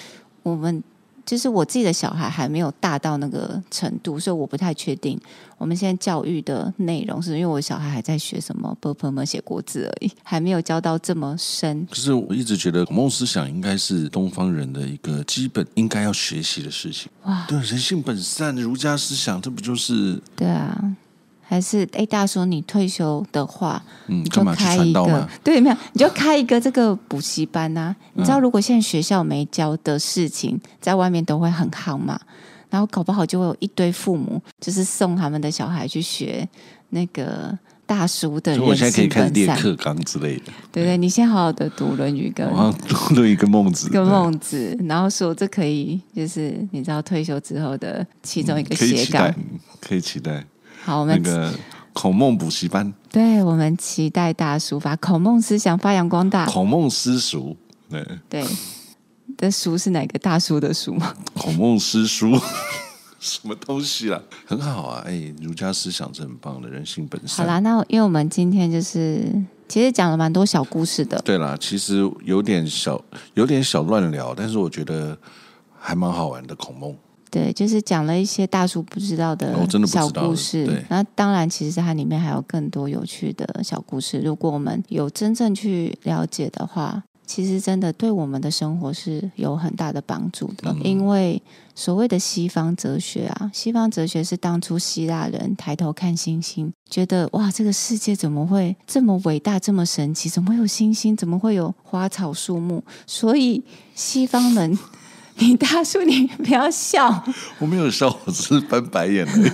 [SPEAKER 1] 我们就是我自己的小孩还没有大到那个程度，所以我不太确定我们现在教育的内容是因为我小孩还在学什么 p u r p l e 写国字而已，还没有教到这么深。
[SPEAKER 2] 可是我一直觉得孔孟思想应该是东方人的一个基本应该要学习的事情。
[SPEAKER 1] 哇，
[SPEAKER 2] 对，人性本善，儒家思想，这不就是
[SPEAKER 1] 对啊，还是哎，大叔，你退休的话，
[SPEAKER 2] 嗯，
[SPEAKER 1] 你就
[SPEAKER 2] 干嘛去
[SPEAKER 1] 开
[SPEAKER 2] 传
[SPEAKER 1] 一
[SPEAKER 2] 道吗
[SPEAKER 1] 个？，对，没有，你就开一个这个补习班呐、你
[SPEAKER 2] 嗯
[SPEAKER 1] 知道，如果现在学校没教的事情，在外面都会很夯嘛，然后搞不好就会有一堆父母就是送他们的小孩去学那个大叔的
[SPEAKER 2] 所以我
[SPEAKER 1] 人
[SPEAKER 2] 现在可以
[SPEAKER 1] 性
[SPEAKER 2] 开始
[SPEAKER 1] 本
[SPEAKER 2] 列
[SPEAKER 1] 善，
[SPEAKER 2] 课纲之类的，
[SPEAKER 1] 对对，你先好好的读《论语》跟
[SPEAKER 2] 我要多论一个孟子，
[SPEAKER 1] 跟孟子，然后说这可以，就是你知道退休之后的其中一个
[SPEAKER 2] 对可以
[SPEAKER 1] 斜
[SPEAKER 2] 期
[SPEAKER 1] 杠
[SPEAKER 2] 待。，嗯可以期待
[SPEAKER 1] 好，我
[SPEAKER 2] 那
[SPEAKER 1] 们
[SPEAKER 2] 个孔孟补习班，
[SPEAKER 1] 对我们期待大叔把孔孟思想发扬光大。
[SPEAKER 2] 孔孟私塾，对，
[SPEAKER 1] 对，的叔是哪个大叔的叔吗？
[SPEAKER 2] 孔孟诗书， [laughs] 什么东西啦？很好啊，哎，儒家思想是很棒的，人性本
[SPEAKER 1] 好
[SPEAKER 2] 善。
[SPEAKER 1] 啦，那因为我们今天就是其实讲了蛮多小故事的，
[SPEAKER 2] 对啦，其实有点小，有点小乱聊，但是我觉得还蛮好玩的。孔孟，
[SPEAKER 1] 对，就是讲了一些大叔不知道的
[SPEAKER 2] 我哦真的不知道
[SPEAKER 1] 小故事
[SPEAKER 2] 对。
[SPEAKER 1] 那当然，其实它里面还有更多有趣的小故事。如果我们有真正去了解的话，其实真的对我们的生活是有很大的帮助的。
[SPEAKER 2] 嗯
[SPEAKER 1] 因为所谓的西方哲学啊，西方哲学是当初希腊人抬头看星星，觉得哇，这个世界怎么会这么伟大，这么神奇？怎么会有星星？怎么会有花草树木？所以西方人。 [laughs] 你大叔，你不要笑。
[SPEAKER 2] 我没有笑，我只是翻白眼而已。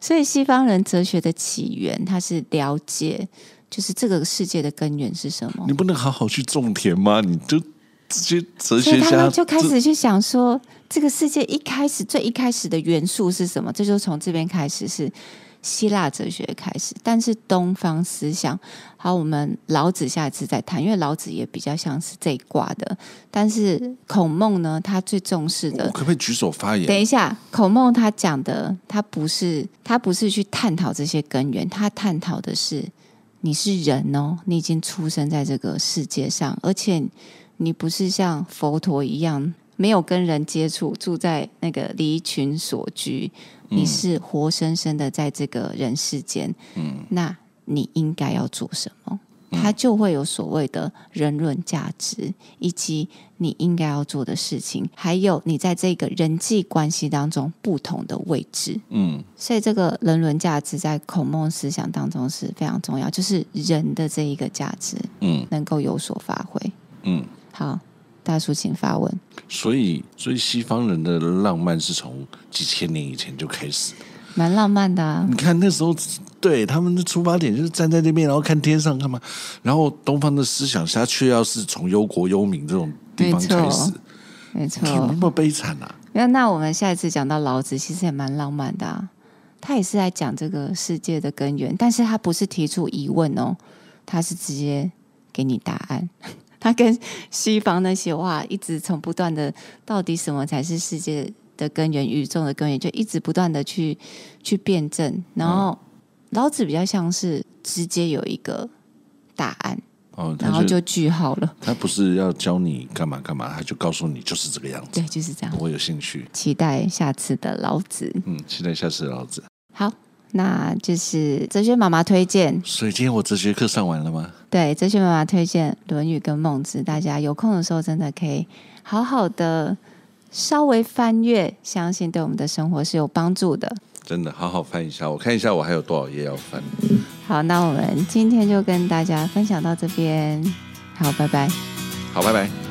[SPEAKER 1] 所以西方人哲学的起源，它是了解，就是这个世界的根源是什么
[SPEAKER 2] [laughs] 你。不能好好去种田吗？你就直接哲
[SPEAKER 1] 所以
[SPEAKER 2] 学
[SPEAKER 1] 他
[SPEAKER 2] 家
[SPEAKER 1] 们就开
[SPEAKER 2] 这
[SPEAKER 1] 始去想说，这个世界一开始最一开始的元素是什么？这就从这边开始是希腊哲学开始，但是东方思想，好，我们老子下一次再谈，因为老子也比较像是这一卦的，但是孔孟呢，他最重视
[SPEAKER 2] 我
[SPEAKER 1] 的
[SPEAKER 2] 可不可以举手发
[SPEAKER 1] 等
[SPEAKER 2] 言？
[SPEAKER 1] 一下，孔孟他讲的，他不是他不是去探讨这些根源，他探讨的是你是人哦，你已经出生在这个世界上，而且你不是像佛陀一样没有跟人接触，住在那个离群所居，你是活生生的在这个人世间。嗯，那你应该要做什么？它就会有所谓的人论价值，以及你应该要做的事情，还有你在这个人际关系当中不同的位置。
[SPEAKER 2] 嗯，
[SPEAKER 1] 所以，这个人伦价值在孔孟思想当中是非常重要，就是人的这一个价值，
[SPEAKER 2] 嗯，
[SPEAKER 1] 能够有所发挥。
[SPEAKER 2] 嗯，
[SPEAKER 1] 好，大叔请发问。
[SPEAKER 2] 所以所以西方人的浪漫是从几千年以前就开始。
[SPEAKER 1] 蛮浪漫的、啊
[SPEAKER 2] 你，看那时候，对他们的出发点就是站在那边，然后看天上干嘛？然后东方的思想家却要是从忧国忧民这种地方开
[SPEAKER 1] 没
[SPEAKER 2] 始
[SPEAKER 1] 错，没错。
[SPEAKER 2] 怎么那么悲惨啊？
[SPEAKER 1] 那那我们下一次讲到老子，其实也蛮浪漫的、啊。他也是在讲这个世界的根源，但是他不是提出疑问哦，他是直接给你答案。 [laughs] 他跟西方那些哇，一直从不断的到底什么才是世界的根源、宇宙的根源，就一直不断的去去辩证。然后老子比较像是直接有一个答案，
[SPEAKER 2] 哦，
[SPEAKER 1] 然后
[SPEAKER 2] 他
[SPEAKER 1] 就
[SPEAKER 2] 就
[SPEAKER 1] 句号了。 [laughs]
[SPEAKER 2] 他不是要教你干嘛干嘛，他就告诉你就是这个样子
[SPEAKER 1] 对，。就是这样。
[SPEAKER 2] 我有兴趣，
[SPEAKER 1] 期待下次的老子。
[SPEAKER 2] 嗯，期待下次的老子。
[SPEAKER 1] 好，那就是哲学妈妈推荐，
[SPEAKER 2] 所以今天我哲学课上完了吗？
[SPEAKER 1] 对，哲学妈妈推荐《论语》跟《孟子》，大家有空的时候真的可以好好的稍微翻阅，相信对我们的生活是有帮助的。
[SPEAKER 2] 真的，好好翻一下，我看一下我还有多少页要翻。
[SPEAKER 1] 好，那我们今天就跟大家分享到这边，好，拜拜。
[SPEAKER 2] 好，拜拜。